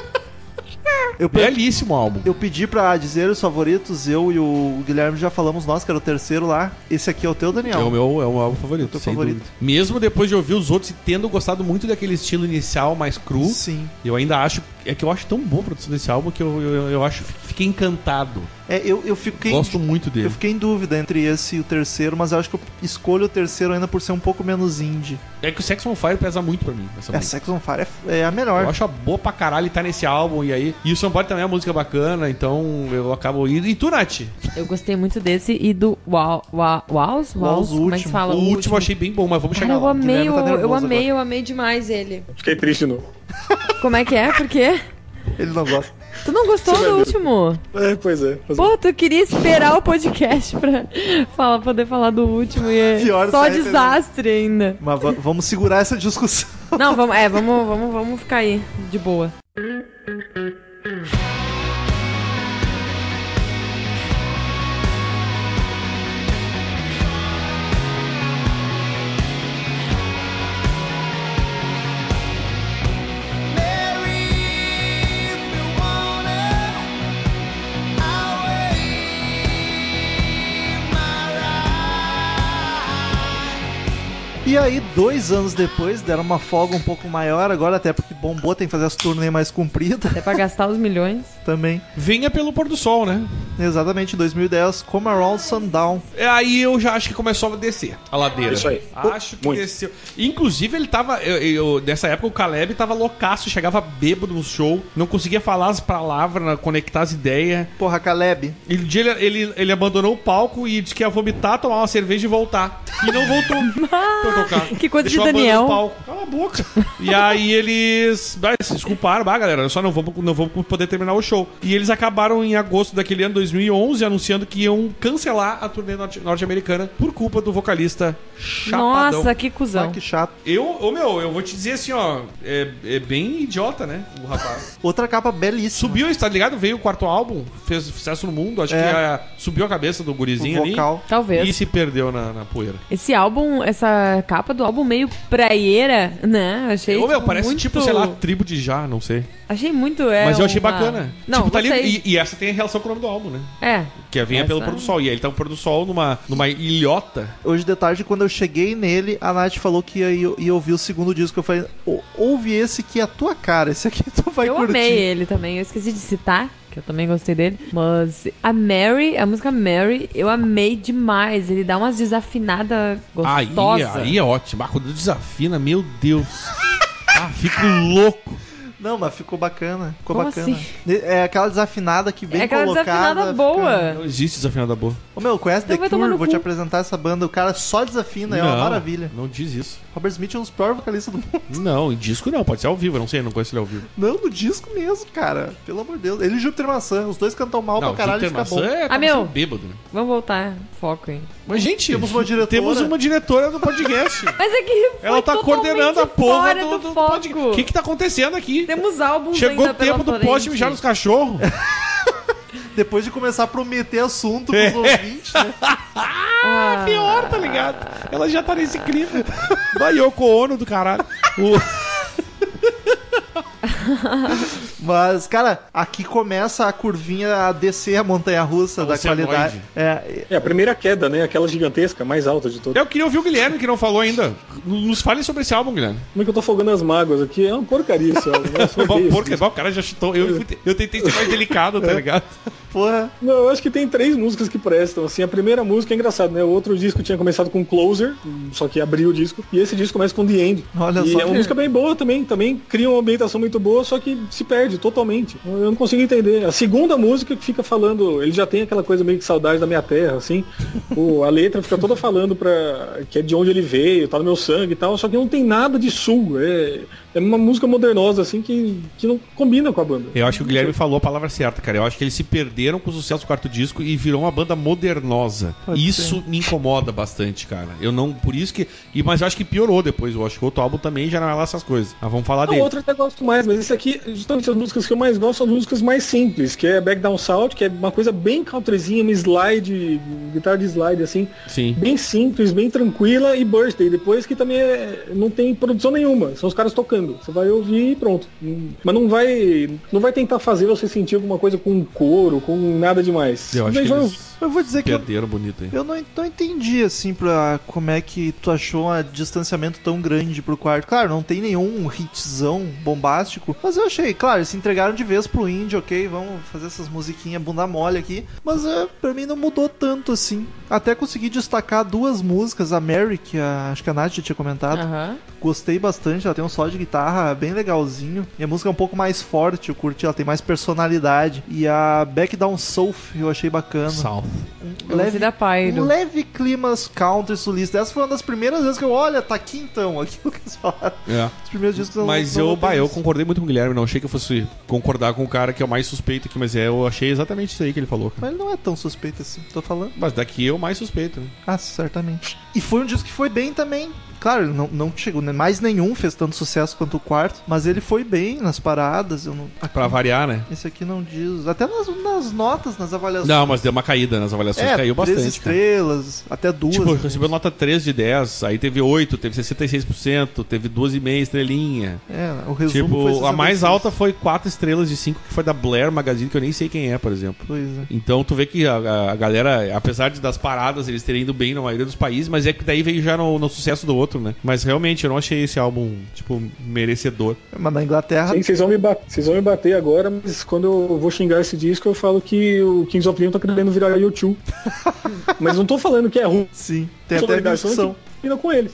Eu, pe- Belíssimo álbum. eu pedi pra dizer os favoritos, eu e o Guilherme já falamos nós, que era o terceiro lá. Esse aqui é o teu, Daniel. É o meu, é o meu álbum favorito. Teu sem favorito. dúvida. Mesmo depois de ouvir os outros e tendo gostado muito daquele estilo inicial mais cru, Sim. eu ainda acho. É que eu acho tão bom a produção desse álbum que eu, eu, eu acho. Fiquei encantado. É, eu, eu fiquei. Gosto muito dele. Eu fiquei em dúvida entre esse e o terceiro, mas eu acho que eu escolho o terceiro ainda por ser um pouco menos indie. É que o Sex on Fire pesa muito pra mim. Essa É, música. Sex on Fire é, é a melhor. Eu acho a boa pra caralho estar nesse álbum e aí. E o Sambori também é uma música bacana, então eu acabo indo. E tu, Nath? Eu gostei muito desse e do Wow, Wow, Wows, Wows? Wows? o Como é que último. fala? o último eu achei bem bom, mas vamos Cara, chegar eu lá. amei, Guilherme tá o- eu nervoso amei, agora. eu amei demais ele. Fiquei triste de novo. Como é que é? Por quê? Ele não gosta. Tu não gostou Você vai do ver. último? É, pois é. Fazer Pô, tu queria esperar o podcast pra falar, poder falar do último e é Pior né? só sai, desastre ainda. Mas va- vamos segurar essa discussão. Não, vamos, é, vamos, vamos, vamos ficar aí, de boa. E aí, dois anos depois, deram uma folga um pouco maior agora, até porque bombou, tem que fazer as turnê mais compridas Até É pra gastar os milhões. também. Venha pelo pôr do sol, né? Exatamente, em 2010, Come Around Sundown. É, Aí eu já acho que começou a descer a ladeira. Isso aí. Acho que Muito. desceu. Inclusive, ele tava. Eu, eu- nessa época, o Caleb tava loucaço, chegava bêbado no show, não conseguia falar as palavras, né, conectar as ideias. Porra, Caleb. E um dia ele, ele, ele abandonou o palco e disse que ia vomitar, tomar uma cerveja e voltar. E não voltou pra tocar. Que coisa Deixou de a banda Daniel. no palco. Cala a boca. E aí eles bah, se desculparam, bah, galera, só não vamos, não vamos poder terminar o show. E eles acabaram em agosto daquele ano, 2011, anunciando que iam cancelar a turnê norte- norte-americana por culpa do vocalista Chapadão. Nossa, que Ah, cuzão. que chato. Eu, ô meu, eu vou te dizer assim, ó, é, é bem idiota, né, o rapaz. Outra capa belíssima. Subiu isso, tá ligado? Veio o quarto álbum, fez sucesso no mundo, acho É. que é, subiu a cabeça do gurizinho o ali. vocal. Talvez. E se perdeu na, na poeira. Esse álbum, essa capa do álbum meio praieira, né? Achei Ô, meu, tipo, parece muito... tipo, sei lá, tribo de já, não sei. Achei muito, é, Mas eu achei uma- bacana. Não, tipo, tá ali, gostei. e, e essa tem a relação com o nome do álbum, né? É. Que vinha Essa- pelo pôr do sol. E aí ele tá no pôr do sol numa, numa ilhota. Hoje de tarde, quando eu cheguei nele, a Nath falou que ia, ia ouvir o segundo disco. Eu falei, "Ô, ouve esse que é a tua cara, esse aqui tu vai eu curtir. amei ele também. Eu esqueci de citar, que eu também gostei dele. Mas a Mary, a música Mary, eu amei demais. Ele dá umas desafinadas Aí, gostosas. aí é ótimo. Ah, quando desafina, meu Deus. Ah, fico louco. Não, mas ficou bacana. Ficou Como bacana. assim? É aquela desafinada que bem é aquela colocada. desafinada fica- boa. Não existe desafinada boa. Ô meu, conhece Então The vai tomar Cure? no Vou te cu. apresentar essa banda. O cara só desafina, é uma maravilha. Não diz isso. Robert Smith é um dos piores vocalistas do mundo. Não, em disco não. Pode ser ao vivo. Eu não sei, eu não conheço ele ao vivo. Não, no disco mesmo, cara. Pelo amor de Deus. Ele e Júpiter Maçã. Os dois cantam mal não, pra caralho e Júpiter fica bom. Maçã é tá Ah, meu. bêbado, né? Vamos voltar, foco aí. Mas, gente, Temos uma diretora. temos uma diretora do podcast. Mas é que foi Ela tá totalmente coordenando a porra fora do, do do foco. podcast. O que que tá acontecendo aqui? Temos álbuns Chegou o ainda pela tempo do frente. poste mijar nos cachorros. é- Depois de começar a prometer assunto pros ouvintes, né? Ah, pior, tá ligado? Ela já tá nesse clima. Vai Yoko Ono do caralho. O- Mas, cara, aqui começa a curvinha a descer a montanha russa da oceanoide. qualidade. É, É a primeira queda, né? Aquela gigantesca, mais alta de todas. Eu queria ouvir o Guilherme, que não falou ainda. Nos fale sobre esse álbum, Guilherme. Como é que eu tô folgando as mágoas aqui? É uma porcaria esse álbum. Nossa, eu Bom, odeio esse porca, disco. bom, o cara já chutou. Eu, eu tentei ser mais delicado, tá ligado? porra. Não, eu acho que tem três músicas que prestam. Assim, a primeira música é engraçado, né? O outro disco tinha começado com Closer, só que abriu o disco. E esse disco começa com The End. Olha e só. é uma música bem boa também. Também cria uma ambientação muito boa, só que se perde totalmente. Eu não consigo entender. A segunda música que fica falando, ele já tem aquela coisa meio que saudade da minha terra, assim. O- a letra fica toda falando pra, que é de onde ele veio, tá no meu sangue e tal, só que não tem nada de sul. É, é uma música modernosa, assim, que, que não combina com a banda. Eu acho que o Guilherme falou a palavra certa, cara. Eu acho que eles se perderam com o sucesso do quarto disco e virou uma banda modernosa. Pode isso me incomoda bastante, cara. Eu não. Por isso que. e- mas eu acho que piorou depois. Eu acho que o outro álbum também já não é lá essas coisas. Mas vamos falar Não, dele. outro eu até gosto mais, mas esse aqui, justamente as músicas que eu mais gosto são as músicas mais simples, que é Back Down South, que é uma coisa bem countryzinha, uma slide, guitarra de slide, assim, Sim. bem simples, bem tranquila, e Birthday, depois que também é- não tem produção nenhuma, são os caras tocando, você vai ouvir e pronto. Hum, Mas não vai não vai tentar fazer você sentir alguma coisa com coro, com nada demais. Eu acho Daí que vai ouvir. eles Eu vou dizer que eu, perderam bonito aí. eu não, não entendi, assim, pra como é que tu achou um distanciamento tão grande pro quarto. Claro, não tem nenhum hitzão bombástico, mas eu achei, claro, eles se entregaram de vez pro indie, ok, vamos fazer essas musiquinhas bunda mole aqui. Mas é, pra mim não mudou tanto, assim. Até consegui destacar duas músicas, a Mary, que a- acho que a Nath já tinha comentado. Aham. Gostei bastante, ela tem um solo de guitarra bem legalzinho. E a música é um pouco mais forte, eu curti, ela tem mais personalidade. E a Back Down Soul eu achei bacana. Salve. Um Eu gostei da Pyro. um leve climas country sulista. Essa foi uma das primeiras vezes que eu, olha, tá aqui então, aquilo que eles falaram. É. Os primeiros discos não- Mas não eu, bah, eu isso. concordei muito com o Guilherme, não achei que eu fosse concordar com o cara que é o mais suspeito aqui, mas é, eu achei exatamente isso aí que ele falou. cara. Mas ele não é tão suspeito assim, tô falando. Mas daqui eu mais suspeito. né? Ah, certamente. E foi um disco que foi bem também. Claro, ele não, não chegou, né? Mais nenhum fez tanto sucesso quanto o quarto, mas ele foi bem nas paradas. Eu não... Pra variar, né? Esse aqui não diz. Até nas, nas notas, nas avaliações. Não, mas deu uma caída nas avaliações, caiu É, Três bastante. cara. estrelas, até duas. Tipo, né? recebeu nota 3 de 10, aí teve 8, teve 66%, teve 12,5 estrelinha. É, o resumo foi tipo, a 66. mais alta foi 4 estrelas de 5, que foi da Blair Magazine, que eu nem sei quem é, por exemplo. Pois é. Então tu vê que a, a- a galera, apesar de das paradas eles terem ido bem na maioria dos países, mas é que daí veio já no, no sucesso do outro, né? Mas realmente eu não achei esse álbum, tipo, merecedor. Mas na Inglaterra, Sim, vocês vão, me ba- vocês vão me bater agora, mas quando eu vou xingar esse disco, eu falo que o Kings of Leon tá querendo virar YouTube. mas não tô falando que é ruim. sim. Tem até a discussão. Combina com eles.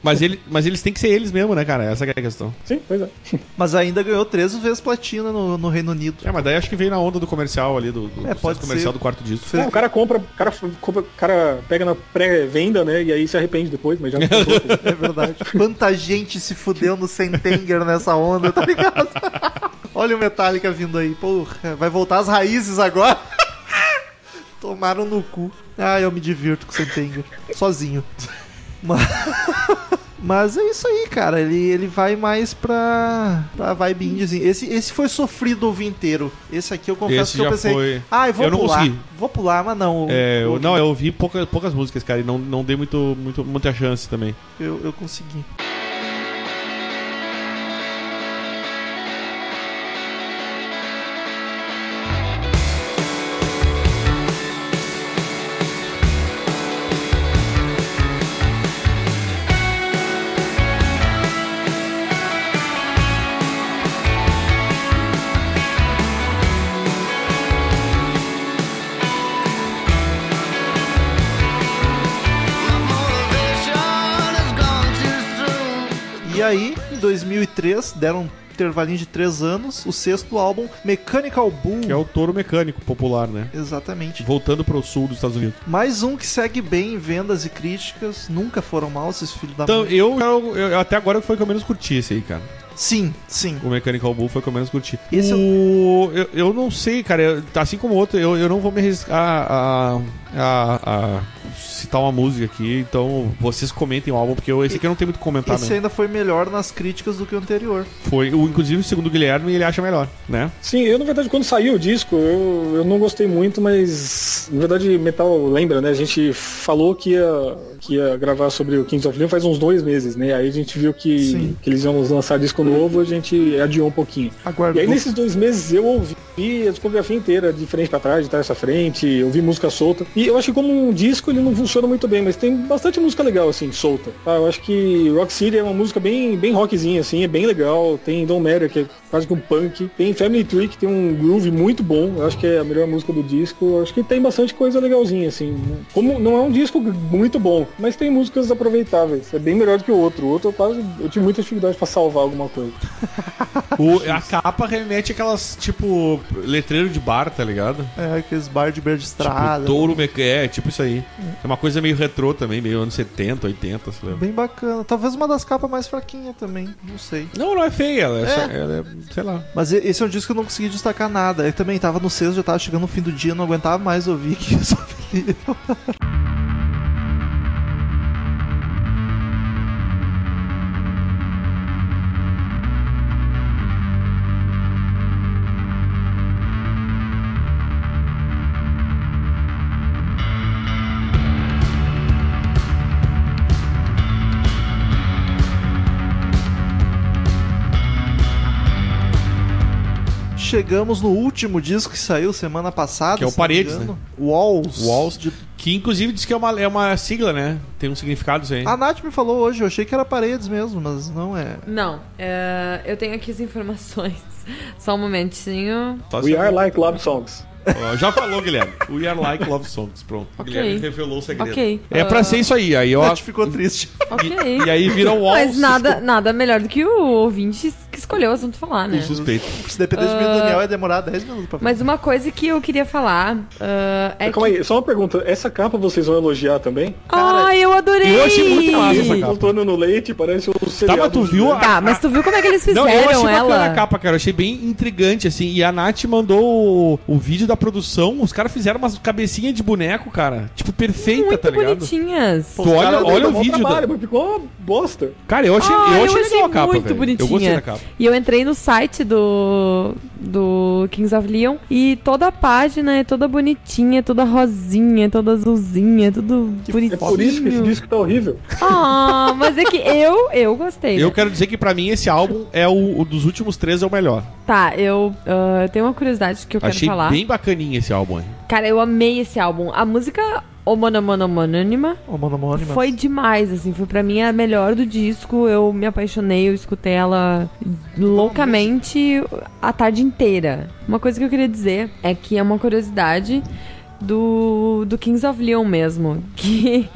Mas, ele, mas eles têm que ser eles mesmo, né, cara? Essa que é a questão. Sim, pois é. Mas ainda ganhou três vezes platina no, no Reino Unido. É, mas daí acho que veio na onda do comercial ali, do, do É, pode sucesso comercial ser. do quarto disco. Fez- Não, o cara compra, o cara, f- compra- o cara pega na pré-venda, né? E aí se arrepende depois, mas já não comprou. É verdade. Quanta gente se fudeu no Sentenger nessa onda, tá ligado? Olha o Metallica vindo aí. Porra, vai voltar as raízes agora. Tomaram no cu. Ah, eu me divirto com o Sentenger. Sozinho. Mas... Mas é isso aí, cara. Ele, ele vai mais pra, pra vibe indiezinho. Esse, esse foi sofrido o ouvir inteiro. Esse aqui eu confesso Esse que eu já pensei. foi. Ah, eu vou Eu não pular. consegui. Vou pular, mas não. É, eu, eu, não, eu ouvi pouca, poucas músicas, cara, e não, não dei muito, muito, muita chance também. eu, eu consegui. Thank aí, em 2003, deram um intervalinho de três anos, o sexto álbum, Mechanical Bull. Que é o touro mecânico popular, né? Exatamente. Voltando pro sul dos Estados Unidos. Mais um que segue bem em vendas e críticas. Nunca foram mal esses filhos da Então, mãe. eu, eu- eu- até agora foi o que eu menos curti esse aí, cara. Sim, sim. O Mechanical Bull foi o que eu menos curti. Esse é o... eu, eu não sei, cara. eu- assim como outro, eu, eu não vou me arriscar a, a- a citar uma música aqui. Então, vocês comentem o álbum, porque eu, esse aqui eu não tenho muito o que comentar, Esse né? ainda foi melhor nas críticas do que o anterior. Foi, o, inclusive, segundo o Guilherme, ele acha melhor, né? Sim, eu na verdade quando saiu o disco, eu, eu não gostei muito, mas na verdade Metal lembra, né? A gente falou que ia, que ia gravar sobre o Kings of Leon faz uns dois meses, né? Aí a gente viu que, Sim. que eles iam lançar disco novo, a gente adiou um pouquinho. E Aguardou. aí nesses dois meses eu ouvi a discografia inteira, de frente pra trás, de trás pra frente, eu ouvi música solta. E eu acho que como um disco ele não funciona muito bem, mas tem bastante música legal, assim, solta. Ah, eu acho que Rock City é uma música bem, bem rockzinha, assim, é bem legal. Tem Don't Matter, que é quase que um punk. Tem Family Tree, que tem um groove muito bom. Eu acho que é a melhor música do disco. Eu acho que tem bastante coisa legalzinha, assim. né? Como não é um disco muito bom, mas tem músicas aproveitáveis. É bem melhor do que o outro. O outro eu quase. Eu tive muita dificuldade pra salvar alguma coisa. O- a capa remete aquelas, tipo, letreiro de bar, tá ligado? É, aqueles bar de beira de estrada. Tipo, touro mecânico. É, tipo isso aí. É uma coisa meio retrô também, meio anos 70, 80, sei lá. Bem bacana. Talvez uma das capas mais fraquinha também. Não sei. Não, não é feia, ela é, só- ela é, sei lá. Mas e- esse é um disco que eu não consegui destacar nada. Eu também tava no sexto, já tava chegando no fim do dia, não aguentava mais ouvir que só Chegamos no último disco que saiu semana passada. Que é o se não me Paredes, engano. Walls. Walls. De... Que inclusive diz que é uma, é uma sigla, né? Tem um significado isso aí. A Nath me falou hoje, eu achei que era Paredes mesmo, mas não é. Não, é, eu tenho aqui as informações. Só um momentinho. Só se- We Are Like Love Songs. Ó, Já falou, Guilherme. We are like love songs. Pronto. O Ok. Guilherme revelou o segredo. Ok. É pra ser isso aí. Aí, A ó. Nath ficou triste. Ok. E, e aí vira o Walls. Mas nada, nada melhor do que o ouvinte que escolheu o assunto falar, né? O Um suspeito. Se depender de mim, o Daniel ia demorar 10 minutos pra Ah, Mas uma coisa que eu queria falar ah, é Calma que... aí, só uma pergunta. Essa capa vocês vão elogiar também? cara. Ai, eu adorei! Eu achei muito massa essa capa. Voltando no leite, parece um Tá, seriado. mas tu de- viu a. Tá, mas tu viu como é que eles fizeram Não, eu achei bacana ela? a capa, cara. Eu achei bem intrigante, assim. E a Nath mandou o, o vídeo da produção. Os caras fizeram umas cabecinhas de boneco, cara. Tipo, perfeita, muito tá ligado? bonitinhas. Tu olha, Cara, olha deu o mó vídeo. Trabalho, da- mas Ficou uma bosta. Cara, eu achei, Ah, eu achei, legal a capa. muito velho. bonitinha. Eu gostei da capa. E eu entrei no site do, do Kings of Leon e toda a página é toda bonitinha, toda rosinha, toda azulzinha, tudo É bonitinho. por isso que esse disco tá horrível. Ah, mas é que eu, eu gostei. né? Eu quero dizer que pra mim esse álbum é o, o dos últimos três é o melhor. Tá, eu, ah, eu tenho uma curiosidade que eu quero Achei falar. bem bacaninha esse álbum aí. Cara, eu amei esse álbum. A música Omonomonomonônima Ô, mano, homônima. foi demais, assim. Foi pra mim a melhor do disco. Eu me apaixonei, eu escutei ela loucamente a tarde inteira. Uma coisa que eu queria dizer é que é uma curiosidade do, do Kings of Leon mesmo. Que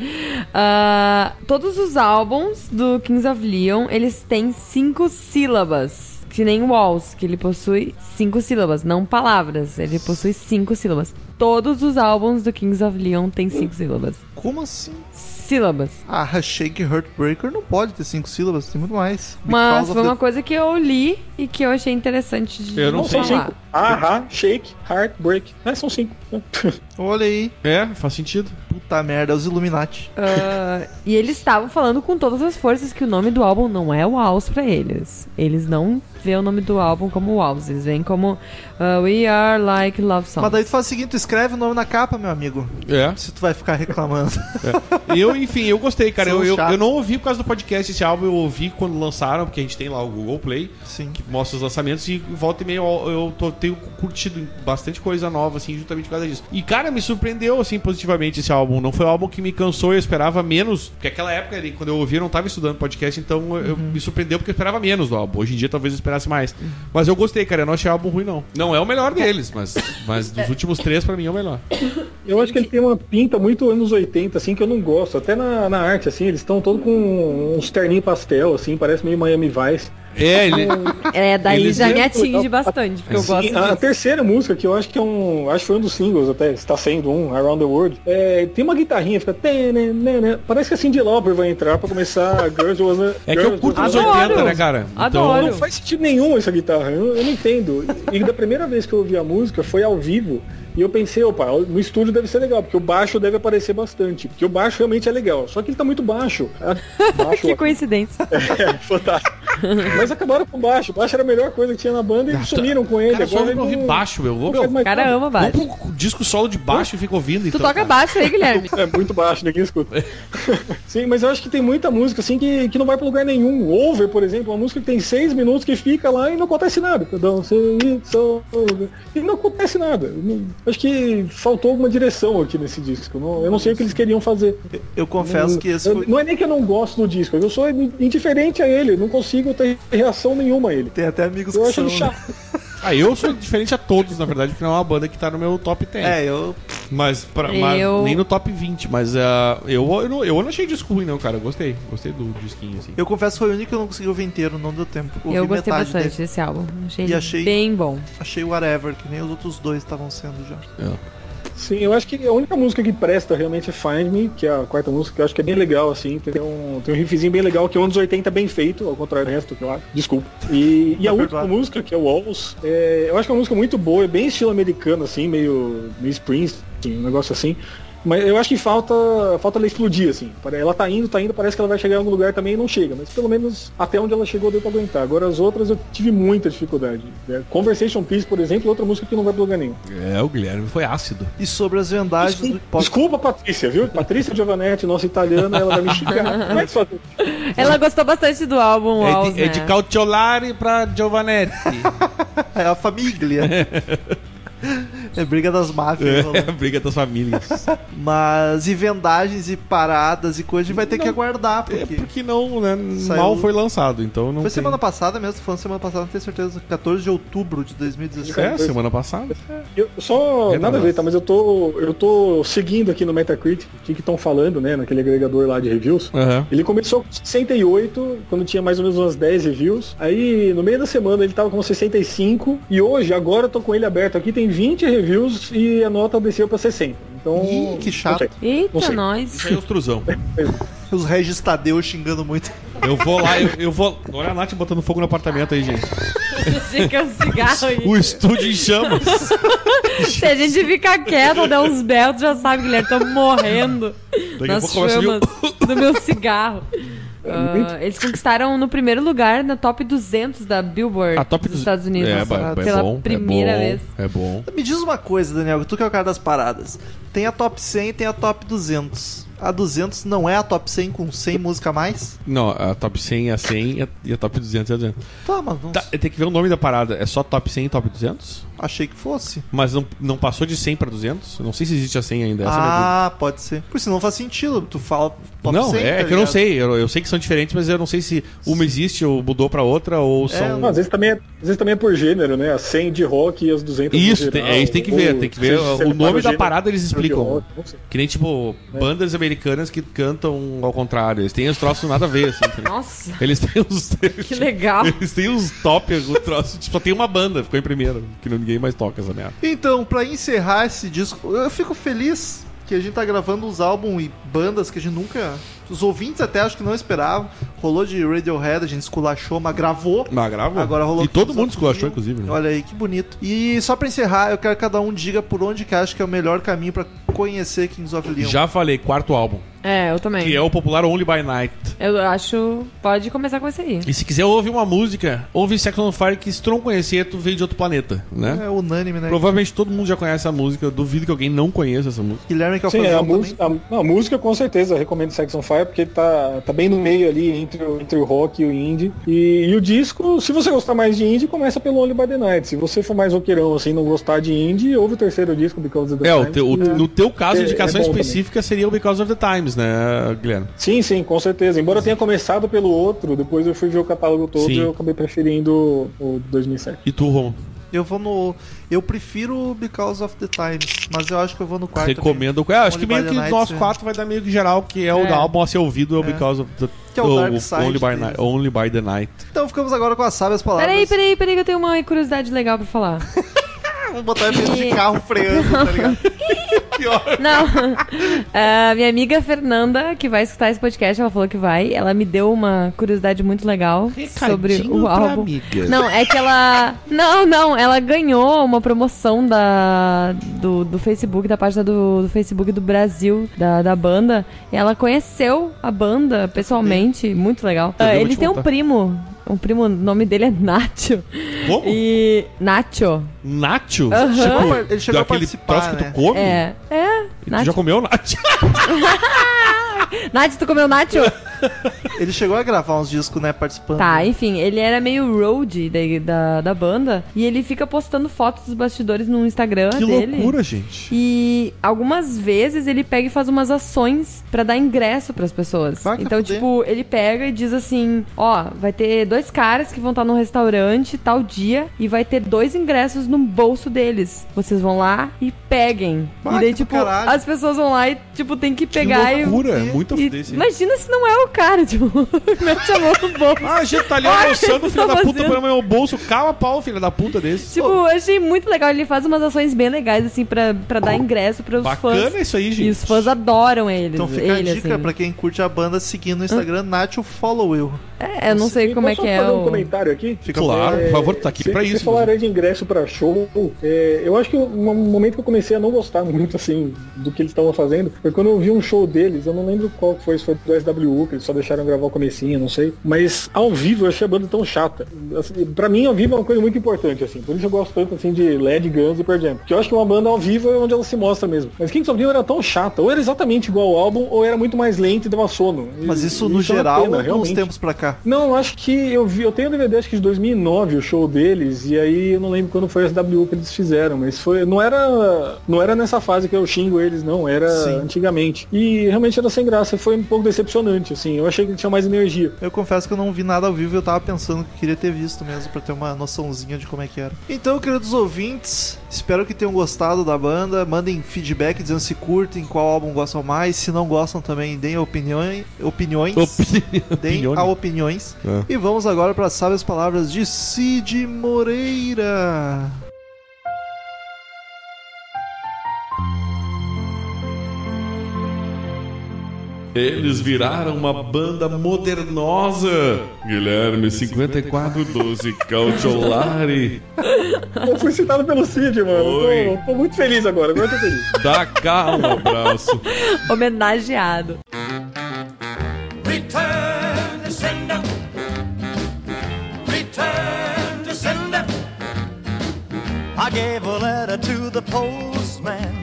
ah, todos os álbuns do Kings of Leon, eles têm cinco sílabas. Que nem Walls, que ele possui cinco sílabas, não palavras. Ele possui cinco sílabas. Todos os álbuns do Kings of Leon têm cinco sílabas. Como assim? Sílabas. Ah, Shake Heartbreaker não pode ter cinco sílabas, tem muito mais. Mas Because of foi the- uma coisa que eu li e que eu achei interessante de Eu não sei, São falar. cinco. Ahá, shake, heartbreak. Ah, são cinco. Olha aí. É, faz sentido. Puta merda, é os Illuminati. Ah, e eles estavam falando com todas as forças que o nome do álbum não é Walls pra eles. Eles não veem o nome do álbum como Walls, eles veem como ah, We Are Like Love Mas Songs. daí tu faz o seguinte, tu escreve o nome na capa, meu amigo. É. Se tu vai ficar reclamando. Eu, enfim, eu gostei, cara. São Eu, eu, chatos. eu não ouvi por causa do podcast esse álbum, eu ouvi quando lançaram, porque a gente tem lá o Google Play, Sim. que mostra os lançamentos, e volta e meia eu, eu tô tenho curtido bastante coisa nova, assim, justamente por causa disso. E, cara, me surpreendeu, assim, positivamente esse álbum. Não foi um álbum que me cansou, eu esperava menos. Porque aquela época, ali, quando eu ouvi, eu não tava estudando podcast, então eu- eu me surpreendeu porque eu esperava menos do álbum. Hoje em dia, talvez eu esperasse mais. Mas eu gostei, cara. Eu não achei álbum ruim, não. Não é o melhor deles, mas, mas dos últimos três, pra mim, é o melhor. Eu acho que ele tem uma pinta muito anos 80, assim, que eu não gosto. Até na, na arte, assim, eles estão todos com uns terninho pastel, assim, parece meio Miami Vice. É, ele. É, daí Eles já me viram- atinge bastante, porque eu Sim, gosto a disso. terceira música, que eu acho que é um. Acho que foi um dos singles até, está sendo um, Around the World. É, tem uma guitarrinha, fica. tenenene. Parece que a Cindy Lauper vai entrar pra começar a Girls Was a- É que eu Girls curto Was os a- Adoro. 80, né, cara? Adoro. Não faz sentido nenhum essa guitarra, eu, eu não entendo. E da primeira vez que eu ouvi a música foi ao vivo. E eu pensei, opa, no estúdio deve ser legal, porque o baixo deve aparecer bastante. Porque o baixo realmente é legal. Só que ele tá muito baixo. Ah, baixo Que coincidência. é, fantástico. Mas acabaram com o baixo. O baixo era a melhor coisa que tinha na banda e sumiram com ele. é Cara, eu só Agora ouvi ele não- baixo, meu. Vou, não faz meu mais cara nada. ama baixo. vou pro disco solo de baixo e fico ouvindo. Tu então, toca cara. baixo aí, Guilherme? É muito baixo, ninguém escuta. Sim, mas eu acho que tem muita música assim que, que não vai pra lugar nenhum. Um Over, por exemplo, uma música que tem seis minutos que fica lá e não acontece nada. um Don't say it's over. E não acontece nada. Não- Acho que faltou alguma direção aqui nesse disco. Não- eu não sei o que eles queriam fazer. Eu confesso que esse Eu- foi. Não é nem que eu não gosto do disco, eu sou indiferente a ele, não consigo ter reação nenhuma a ele. Tem até amigos Eu que acho são. ele né? chato. Ah, eu sou diferente a todos, na verdade, porque não é uma banda que tá no meu top 10. É, eu. Mas, pra- mas Eu- nem no top 20, mas ah, eu, eu, não, eu não achei disco ruim, não, cara. Eu gostei. Gostei do disquinho, assim. Eu confesso que foi o único que eu não consegui ouvir inteiro, não deu tempo. Ouvi Eu gostei metade bastante dele. desse álbum. Achei, E ele achei- bem bom. Achei whatever, que nem os outros dois estavam sendo já. Sim, eu acho que a única música que presta realmente é Find Me, que é a quarta música, que eu acho que é bem legal, assim. Tem um, tem um riffzinho bem legal, que é um dos 80 bem feito, ao contrário do resto, que eu acho. Desculpa. E, e a Tá última perdoado. música, que é Walls, é, eu acho que é uma música muito boa, é bem estilo americano, assim, meio, meio Springsteen, um negócio assim. Mas eu acho que falta, falta ela explodir, assim. Pare- Ela tá indo, tá indo, parece que ela vai chegar em algum lugar também e não chega. Mas pelo menos até onde ela chegou deu pra aguentar. Agora as outras eu tive muita dificuldade. né? Conversation Piece, por exemplo, é outra música que não vai pra lugar nenhum. É, o Guilherme foi ácido. E sobre as vendagens do Desculpa, pop. Desculpa, Patrícia, viu? Patrícia Giovanetti, nossa italiana, ela vai me xingar. Como é que só- Ela gostou bastante do álbum É Walls, de, é né? de Cautiolari pra Giovanetti. É a família. é briga das máfias. é, rolando. a briga das famílias. Mas e vendagens e paradas e coisa, a gente vai ter que Não. aguardar, É porque. porque não, né? Saiu- Mal foi lançado, então não. Foi tem- semana passada mesmo, tô falando semana passada, não tenho certeza. 14 de outubro de 2017. É, semana passada. Eu só. É nada a verdade. ver, tá? Mas eu tô. Eu tô seguindo aqui no Metacritic o que estão falando, né? Naquele agregador lá de reviews. Aham. Ele começou com 68, quando tinha mais ou menos umas 10 reviews. Aí, no meio da semana, ele tava com 65. E hoje, agora, eu tô com ele aberto aqui, tem 20 reviews e a nota desceu pra 60. Então. Ih, que não chato. sei. Não Eita, sei. nós. Isso aí é ostrusão. Os Regis Tadeu xingando muito. Eu vou lá, eu, eu vou. Olha a Nath botando fogo no apartamento aí, gente. Achei que é um cigarro aí. O estúdio em chamas. Se a gente ficar quieto, der uns belos, já sabe, Guilherme, tô é, morrendo Daqui a nas pouco começa a vir chamas o- do meu cigarro. Ah, eles conquistaram no primeiro lugar na top 200 da Billboard A top dos Estados Unidos né? É, ba- ba- é pela bom, é primeira bom, vez. É bom. Então, Me diz uma coisa, Daniel, tu que é o cara das paradas. Tem a top 100 e tem a top 200. A 200 não é a top 100 com 100 música a mais? Não, a top 100 é a 100 e a, e a top 200 é a 200. Tá, mas não Tá, tem que ver o nome da parada. É só top 100 e top 200? achei que fosse. Mas não, não passou de 100 pra 200? Eu não sei se existe a 100 ainda. Essa é a minha dúvida. ah, pode ser. Por isso não faz sentido. Tu fala top não, 100. é, tá que eu não ligado? sei. Eu, eu sei que são diferentes, mas eu não sei se uma existe ou mudou pra outra ou são. Não, às, vezes também é, às vezes também é por gênero, né? As 100 de rock e as 200 de Isso, tem, geral, é isso tem que ou ver. Tem que ver. seja, O nome da separa gênero parada eles de explicam. rock, não sei. Que nem, tipo, É. bandas americanas que cantam ao contrário. Eles têm os troços nada a ver, assim. tá ligado? Nossa, Eles têm os. que legal. Eles têm os top, o troço. tipo, Só tem uma banda, ficou em primeiro. Que ninguém mais toca essa merda. Então, pra encerrar esse disco, eu fico feliz que a gente tá gravando os álbuns e bandas que a gente nunca. Os ouvintes até acho que não esperavam. Rolou de Radiohead, a gente esculachou, mas gravou. Mas gravou. Agora rolou um E todo os mundo outros esculachou, mil. inclusive. Né? Olha aí que bonito. E só pra encerrar, eu quero que cada um diga por onde que acha que é o melhor caminho pra conhecer Kings of Leon? Já falei, quarto álbum, É, eu também. que é o popular Only by Night. Eu acho. Pode começar com esse aí. E se quiser ouvir uma música, ouve Sex on Fire, que se tu não conhecer, tu veio de outro planeta, né? É unânime, né? Provavelmente todo mundo já conhece essa música, eu duvido que alguém não conheça essa música. Guilherme Sim, é Calfazão a, também. música, a, a música com certeza, eu recomendo Sex on Fire, porque tá, tá bem no meio ali entre, o- entre o rock e o indie. E, e o disco, se você gostar mais de indie, começa pelo Only by the Night. Se você for mais roqueirão, assim, não gostar de indie, ouve o terceiro disco, Because of the É, o Times, teu- o- que- no teu caso, a É, indicação é bom específica seria o Because of the Times, né, Guilherme? Sim, sim, com certeza. Embora eu tenha começado pelo outro, depois eu fui ver o catálogo todo Sim. e eu acabei preferindo o 2007. E tu, Romo? Eu vou no. Eu prefiro Because of the Times, mas eu acho que eu vou no quarto. Recomendo. É, acho Only que by meio the que Night, nós é. quatro vai dar meio que geral, que é o É. da álbum a ser ouvido, é o É. Because of the... Que é o Dark Side Only by, deles. Night, Only by the Night. também. Então ficamos agora com as sábias um palavras. Peraí, peraí, peraí, que eu tenho uma curiosidade legal pra falar. Vamos botar efeito de carro freando, tá ligado? Não. Ah, minha amiga Fernanda, que vai escutar esse podcast, ela falou que vai. Ela me deu uma curiosidade muito legal sobre o álbum. Não, é que ela. Não, não, ela ganhou uma promoção da, do, do Facebook, da página do, do Facebook do Brasil, da, da banda. E ela conheceu a banda pessoalmente, muito legal. Eu Ah, vou ele te tem um contar. primo. Um primo, o nome dele é Nacho. Como? E. Nacho. Nacho? Tipo, Aham. Chegou a- ele chegou a daquele participar, troço que né? tu come? É. É. E Tu Oh. Nacho. Ah, já comeu, Nacho? Nath, tu comeu Nacho? Ele chegou a gravar uns discos, né? Participando. Tá, enfim, ele era meio road da, da, da banda e ele fica postando fotos dos bastidores no Instagram Que dele. loucura, gente. E algumas vezes ele pega e faz umas ações pra dar ingresso pras pessoas. Vai Ah, que então, fuder. tipo, ele pega e diz assim: "Ó, vai ter dois caras que vão estar num restaurante tal dia e vai ter dois ingressos no bolso deles. Vocês vão lá e peguem". Bah, e daí Ah, que do tipo, caralho. as pessoas vão lá e tipo tem que pegar que loucura. É Muito e, desse. e Imagina se não é o cara, tipo, mete a mão no bolso. Ah, a gente tá ali Olha, almoçando, eu filha tô da puta, fazendo. põe no meu bolso. Calma, pau, filha da puta desse. Tipo, eu achei muito legal. Ele faz umas ações bem legais, assim, pra, pra dar ingresso pros Bacana fãs. isso aí, gente. E os fãs adoram eles. Então fica ele, a dica assim. Ah. pra quem curte a banda seguir no Instagram, Nacho Follow You. É, eu não sei E como é posso que é fazer um o... comentário aqui? Fica Claro, É, por favor, tu tá aqui cê- pra cê isso. falaram aí de ingresso pra show. é, eu acho que um momento que eu comecei a não gostar muito, assim, do que eles estavam fazendo, foi quando eu vi um show deles, eu não lembro qual que foi, se foi do SWU, que eles só deixaram gravar o comecinho, não sei. Mas ao vivo eu achei a banda tão chata. Assim, pra mim, ao vivo é uma coisa muito importante, assim. Por isso eu gosto tanto, assim, de Led, Guns e Pearl Jam. Porque eu acho que uma banda ao vivo é onde ela se mostra mesmo. Mas Kings of Leon era tão chata. Ou era exatamente igual ao álbum, ou era muito mais lento e dava sono. E- Mas isso e no é uma geral um pena, ou de uns realmente. tempos pra cá? Não, acho que eu vi, eu tenho o DVD acho que de 2009 o show deles e aí eu não lembro quando foi o SW que eles fizeram, mas foi, não era, não era nessa fase que eu xingo eles não, era Sim. antigamente. E realmente era sem graça, foi um pouco decepcionante assim. Eu achei que tinha mais energia. Eu confesso que eu não vi nada ao vivo e eu tava pensando que eu queria ter visto mesmo, pra ter uma noçãozinha de como é que era. Então, queridos ouvintes, espero que tenham gostado da banda. Mandem feedback dizendo se curtem, qual álbum gostam mais. Se não gostam também, deem opiniões. Opiniões. deem opinione. a opiniões. E vamos agora para sábias palavras de Cid Moreira. Eles viraram uma banda modernosa. Guilherme 5412 Cautiolari Eu fui citado pelo Cid, mano. Eu Oi. Tô, tô muito feliz agora, agora eu tô feliz. dá cá um abraço. Homenageado. Return to sender. Return to sender. I gave a letter to the postman.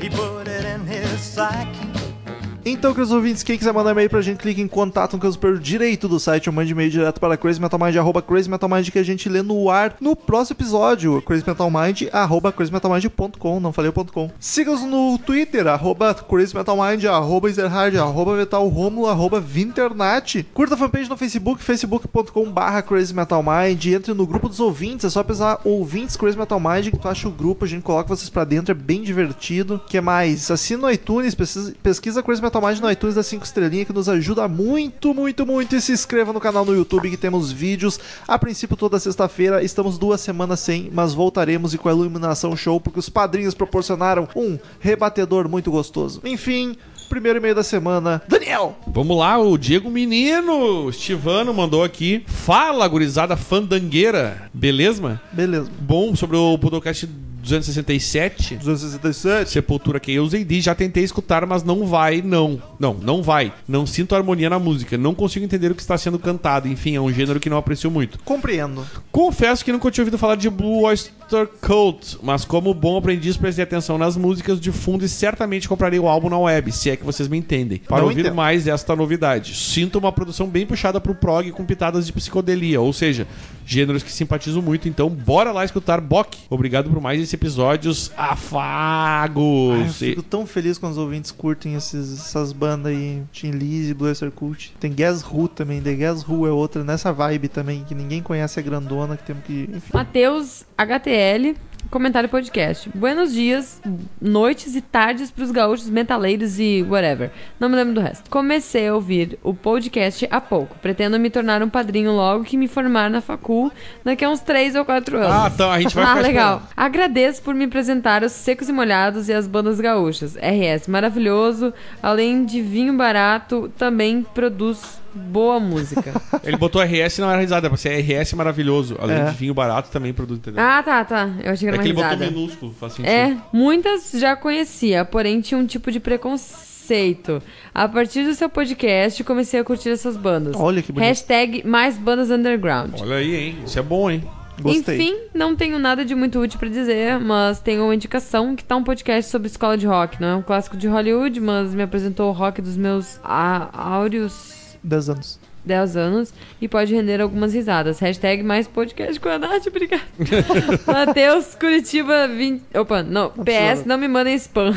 He put it in his sack. Então, queridos ouvintes, quem quiser mandar e-mail pra gente, clique em contato no canto superior direito do site ou mande e-mail direto para crazymetalmind, arroba crazymetalmind, que a gente lê no ar no próximo episódio, crazymetalmind, arroba crazymetalmind.com, não falei o ponto .com. Siga-nos no Twitter, arroba crazymetalmind, arroba ezerhard, arroba metalromulo, arroba vinternat. Curta a fanpage no Facebook, facebook.com barra crazymetalmind, entre no grupo dos ouvintes, é só pesar ouvintes Crazy Metal Mind, que tu acha o grupo, a gente coloca vocês pra dentro, é bem divertido. O que mais? Assina no iTunes, pesquisa, pesquisa Crazy Metal Mind no iTunes das 5 estrelinhas, que nos ajuda muito, muito, muito. E se inscreva no canal no YouTube, que temos vídeos. A princípio, toda sexta-feira, estamos duas semanas sem, mas voltaremos e com a iluminação show, porque os padrinhos proporcionaram um rebatedor muito gostoso. Enfim, primeiro e-mail da semana, Daniel! Vamos lá, o Diego Menino Estivano mandou aqui. Fala, gurizada fandangueira. Beleza? mano? Beleza. Bom sobre o podcast 267. 267. Sepultura que eu usei diz, já tentei escutar, mas não vai, não. Não, não vai. Não sinto harmonia na música. Não consigo entender o que está sendo cantado. Enfim, é um gênero que não aprecio muito. Compreendo. Confesso que nunca tinha ouvido falar de Blue Oyster Cult, mas como bom aprendiz, prestei atenção nas músicas de fundo e certamente comprarei o álbum na web, se é que vocês me entendem. Para Não ouvir entendo. mais esta novidade, sinto uma produção bem puxada pro prog com pitadas de psicodelia, ou seja, gêneros que simpatizo muito, então bora lá escutar Bock. Obrigado por mais esse episódios Ai, eu afagos. E- fico tão feliz quando os ouvintes curtem esses- essas bandas aí, Tim Lizzy, Blue Oyster Cult. Tem Guess Who também, The Guess Who é outra nessa vibe também, que ninguém conhece, é grandona, que temos que... Enfim. Matheus HTL, comentário podcast. Buenos dias, noites e tardes pros gaúchos metaleiros e whatever. Não me lembro do resto. Comecei a ouvir o podcast há pouco. Pretendo me tornar um padrinho logo que me formar na facul daqui a uns 3 ou 4 anos. Ah, então a gente vai Ah, ficar legal. Agradeço por me apresentar os Secos e Molhados e as bandas gaúchas. RS, maravilhoso. Além de vinho barato, também produz boa música. esperando. Ele botou RS e não era risada, pra ser RS maravilhoso. Além É. de vinho barato, também produto, entendeu? ah, tá, tá. Eu achei que é era que ele uma botou risada. minúsculo, faz sentido. É, muitas já conhecia, porém tinha um tipo de preconceito. A partir do seu podcast, comecei a curtir essas bandas. Olha que bonito. Hashtag mais bandas underground. Olha aí, hein? Isso é bom, hein? Gostei. Enfim, não tenho nada de muito útil pra dizer, mas tenho uma indicação que tá um podcast sobre escola de rock. Não é um clássico de Hollywood, mas me apresentou o rock dos meus á- áureos 10 anos. 10 anos e pode render algumas risadas. Hashtag mais podcast com a Nath, obrigada. Matheus Curitiba 20. Opa, não. PS, não me mandem spam.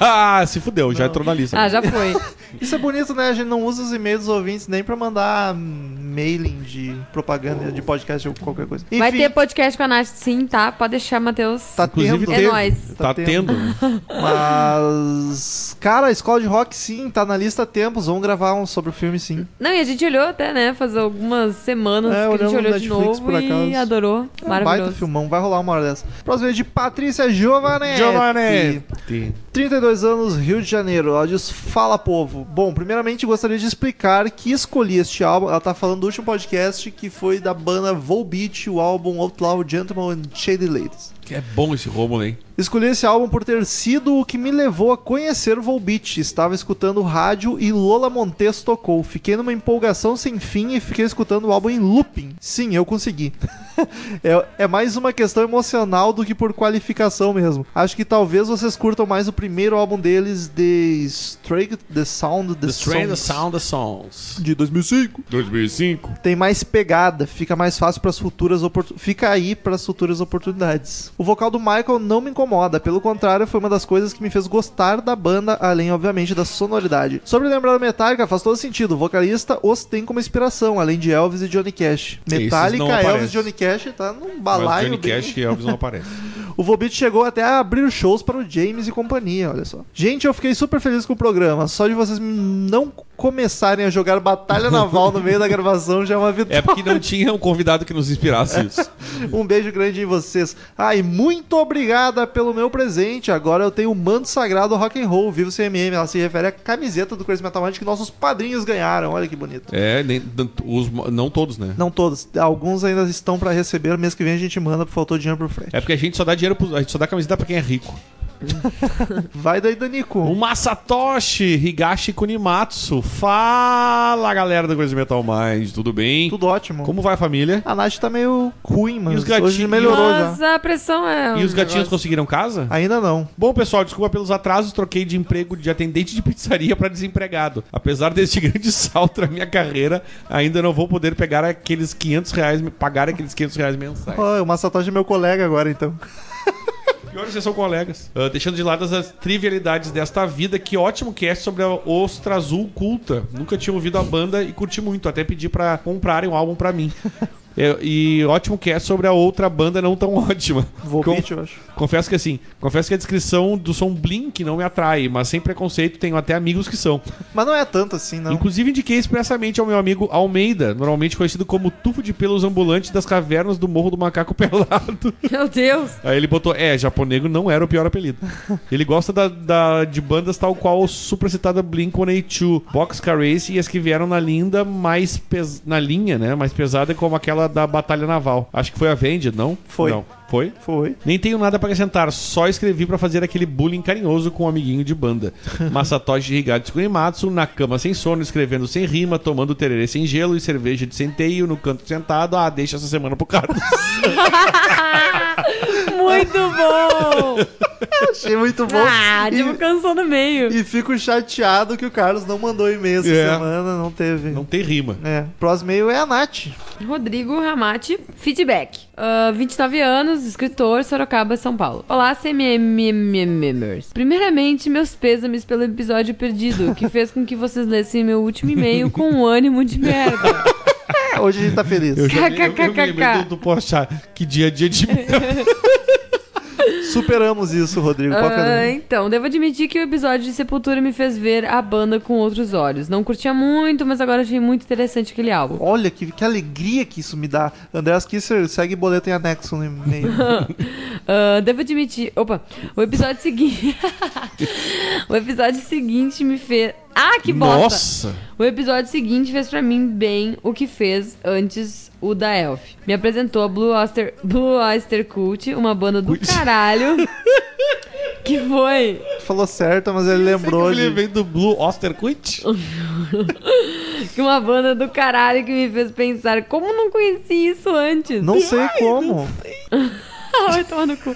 ah, se fudeu, já entrou na lista. Ah, já foi. Isso é bonito, né? A gente não usa os e-mails dos ouvintes nem pra mandar hum, mailing de propaganda, de podcast ou qualquer coisa. Enfim, Vai ter podcast com a Nath, sim, tá? Pode deixar, Matheus. tá Inclusive tendo. É nóis. Tá tendo. Mas, cara, a escola de rock sim, tá na lista há tempos. Vamos gravar um sobre o filme sim. Não, e a gente olhou até, né? Faz algumas semanas É, que a gente olhamos olhou de Netflix, novo por acaso. e adorou. Um Baita Maravilhoso. filmão, vai rolar uma hora dessa. Próximo é de Patrícia É, Giovanetti. Giovanetti. 32 anos, Rio de Janeiro. Ela diz: Fala povo. Bom, primeiramente gostaria de explicar que escolhi este álbum. Ela tá falando do último podcast que foi da banda Volbeat, o álbum Outlaw Gentleman and Shady Ladies. Que é bom esse Romulo, hein? Escolhi esse álbum por ter sido o que me levou a conhecer o Volbeat. Estava escutando rádio e Lola Montes tocou. Fiquei numa empolgação sem fim e fiquei escutando o álbum em looping. Sim, eu consegui. é, é mais uma questão emocional do que por qualificação mesmo. Acho que talvez vocês curtam mais o primeiro álbum deles, The Straight The Sound The, The Strange Songs, Sound of Songs. de 2005 2005. tem mais pegada, fica mais fácil para futuras opor- fica aí para as futuras oportunidades. O vocal do Michael não me incomoda, pelo contrário, foi uma das coisas que me fez gostar da banda, além obviamente da sonoridade. Sobre lembrar o Metallica, faz todo sentido. O vocalista os tem como inspiração, além de Elvis e Johnny Cash. não Metallica, aparecem. Elvis e Johnny Cash tá num Mas balaio Johnny bem- Cash e Elvis não aparece. o Volbeat chegou até a abrir shows para o James e companhia, olha só. Gente, eu fiquei super feliz com o programa. Só de vocês não começarem a jogar batalha naval no meio da gravação já é uma vitória. É porque não tinha um convidado que nos inspirasse isso. Um beijo grande em vocês. Ai, muito obrigada pelo meu presente. Agora eu tenho o manto sagrado rock and roll, vivo CMM. Ela se refere à camiseta do Crazy Metal Mind que nossos padrinhos ganharam. Olha que bonito. É, nem, os, não todos, né? Não todos, alguns ainda estão pra receber. Mês que vem a gente manda, porque faltou dinheiro pro frete. É porque a gente só dá dinheiro pro, a gente só dá camiseta pra quem é rico. Vai daí, Danico. O Masatoshi Higashi Kunimatsu. Fala, galera do Crazy Metal Mind, tudo bem? Tudo ótimo. Como vai a família? A Nath tá meio ruim, E mano. os gatinhos? Hoje melhorou Mas já. a pressão é. E um os gatinhos negócio. conseguiram casa? Ainda não. Bom, pessoal, desculpa pelos atrasos, troquei de emprego de atendente de pizzaria para desempregado. Apesar deste grande salto na minha carreira, ainda não vou poder pegar aqueles 500 reais, pagar aqueles 500 reais mensais. Ó, o Massatoshi é meu colega agora, então. Pior vocês são colegas. Ah, deixando de lado as trivialidades desta vida, que ótimo que é sobre a Ostra Azul Culta. Nunca tinha ouvido a banda e curti muito. Até pedi pra comprarem um álbum pra mim. É, e ótimo que é sobre a outra banda não tão ótima. Com- Volbeat, eu acho. Confesso que assim, confesso que a descrição do som Blink não me atrai, mas sem preconceito tenho até amigos que são. Mas não é tanto assim, não. Inclusive indiquei expressamente ao meu amigo Almeida, normalmente conhecido como tufo de pelos ambulante das cavernas do Morro do Macaco Pelado. Meu Deus! Aí ele botou, é, Japonegro não era o pior apelido. Ele gosta da, da- de bandas tal qual o supracitada Blink-182, Boxcar Race e as que vieram na linda mais pes- na linha, né, mais pesada como aquela aquela da Batalha Naval. Acho que foi a Vended, não? Foi. Não. Foi? Foi. Nem tenho nada pra acrescentar, só escrevi pra fazer aquele bullying carinhoso com um amiguinho de banda. Masatoshi Higatsu Kunimatsu, na cama sem sono, escrevendo sem rima, tomando tererê sem gelo e cerveja de centeio, no canto sentado. Ah, deixa essa semana pro Carlos. Muito bom! Achei muito bom. Ah, tipo, e, canção no meio. e fico chateado que o Carlos não mandou e-mail essa É. semana, não teve. não tem rima. É, próximo e-mail é a Nath. Rodrigo Ramati, feedback. Ah, 29 anos, escritor, Sorocaba, São Paulo. Olá, CMMMers. Primeiramente, meus pêsames pelo episódio perdido, que fez com que vocês lessem meu último e-mail com um ânimo de merda. É, hoje a gente tá feliz. Eu já eu, eu me lembrei KKKK. do, do Porchat, que dia a dia de Superamos isso, Rodrigo. Qual que é o Ah, nome? então, devo admitir que o episódio de Sepultura me fez ver a banda com outros olhos. Não curtia muito, mas agora achei muito interessante aquele álbum. Olha que, que alegria que isso me dá. Andreas Kisser segue boleto em anexo no e-mail. Ah, devo admitir. Opa, o episódio seguinte. o episódio seguinte me fez. Ah, que bosta! Nossa! O episódio seguinte fez pra mim bem o que fez antes o da Elf. Me apresentou a Blue Oyster, Blue Oyster Cult, uma banda do caralho. Que foi? Falou certo, mas ele lembrou Ele de. vem do Blue Oster Quit? Que uma banda do caralho que me fez pensar como não conheci isso antes. Não sei como. Ah, vai tomar no cu.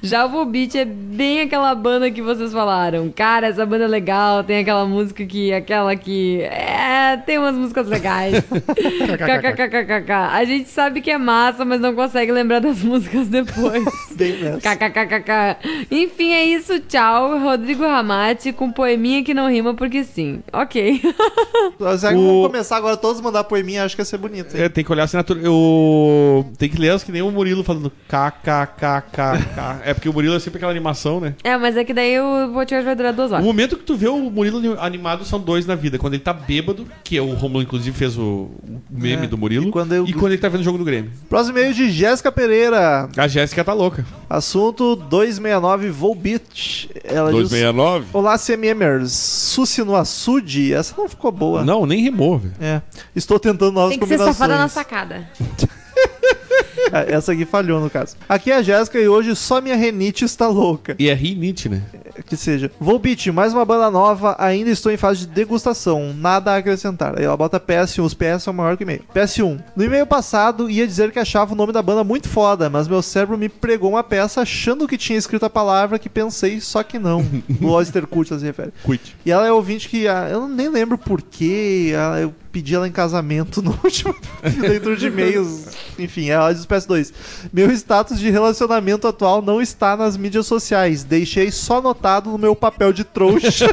Já o Volbeat é bem aquela banda que vocês falaram. Cara, essa banda é legal, tem aquela música que. aquela que. É, tem umas músicas legais. KKKKKK. A gente sabe que é massa, mas não consegue lembrar das músicas depois. Bem nessa. KKKKK. Enfim, é isso. Tchau, Rodrigo Ramati com poeminha que não rima porque sim. Ok. Nós já Vamos O- começar agora todos mandar poeminha, acho que ia ser bonito. hein? É, tem que olhar a assinatura. Eu... Tem que ler as que nem o Murilo falando kkkk. é porque o Murilo é sempre aquela animação, né? É, mas é que daí o podcast vai durar duas O horas. momento que tu vê o Murilo ani- animado são dois na vida. Quando ele tá bêbado, que o Romulo inclusive fez o o meme É, do Murilo. e quando eu- ele tá vendo o jogo do Grêmio. Próximo e-mail de Jéssica Pereira. A Jéssica tá louca. Assunto 269 Volbit. Ela diz. 269? Olá, CMMers. Suci no açude? Essa não ficou boa. Não, nem rimou, velho. É. Estou tentando novas Tem que ser combinações. safada na sacada. Ah, Essa aqui falhou, no caso. Aqui é a Jéssica e hoje só minha renite está louca. E é rinite, né? Que seja. Volbeat, mais uma banda nova, ainda estou em fase de degustação, nada a acrescentar. Aí ela bota PS1, os PS são maior que o e-mail. PS1. No e-mail passado, ia dizer que achava o nome da banda muito foda, mas meu cérebro me pregou uma peça achando que tinha escrito a palavra que pensei, só que não. No Oyster Cult, ela se refere. Quit. E ela é ouvinte que, ah, eu nem lembro porquê, eu pedi ela em casamento no último leitura de e-mails. Enfim, é ela diz PS2. Meu status de relacionamento atual não está nas mídias sociais. Deixei só notado no meu papel de trouxa.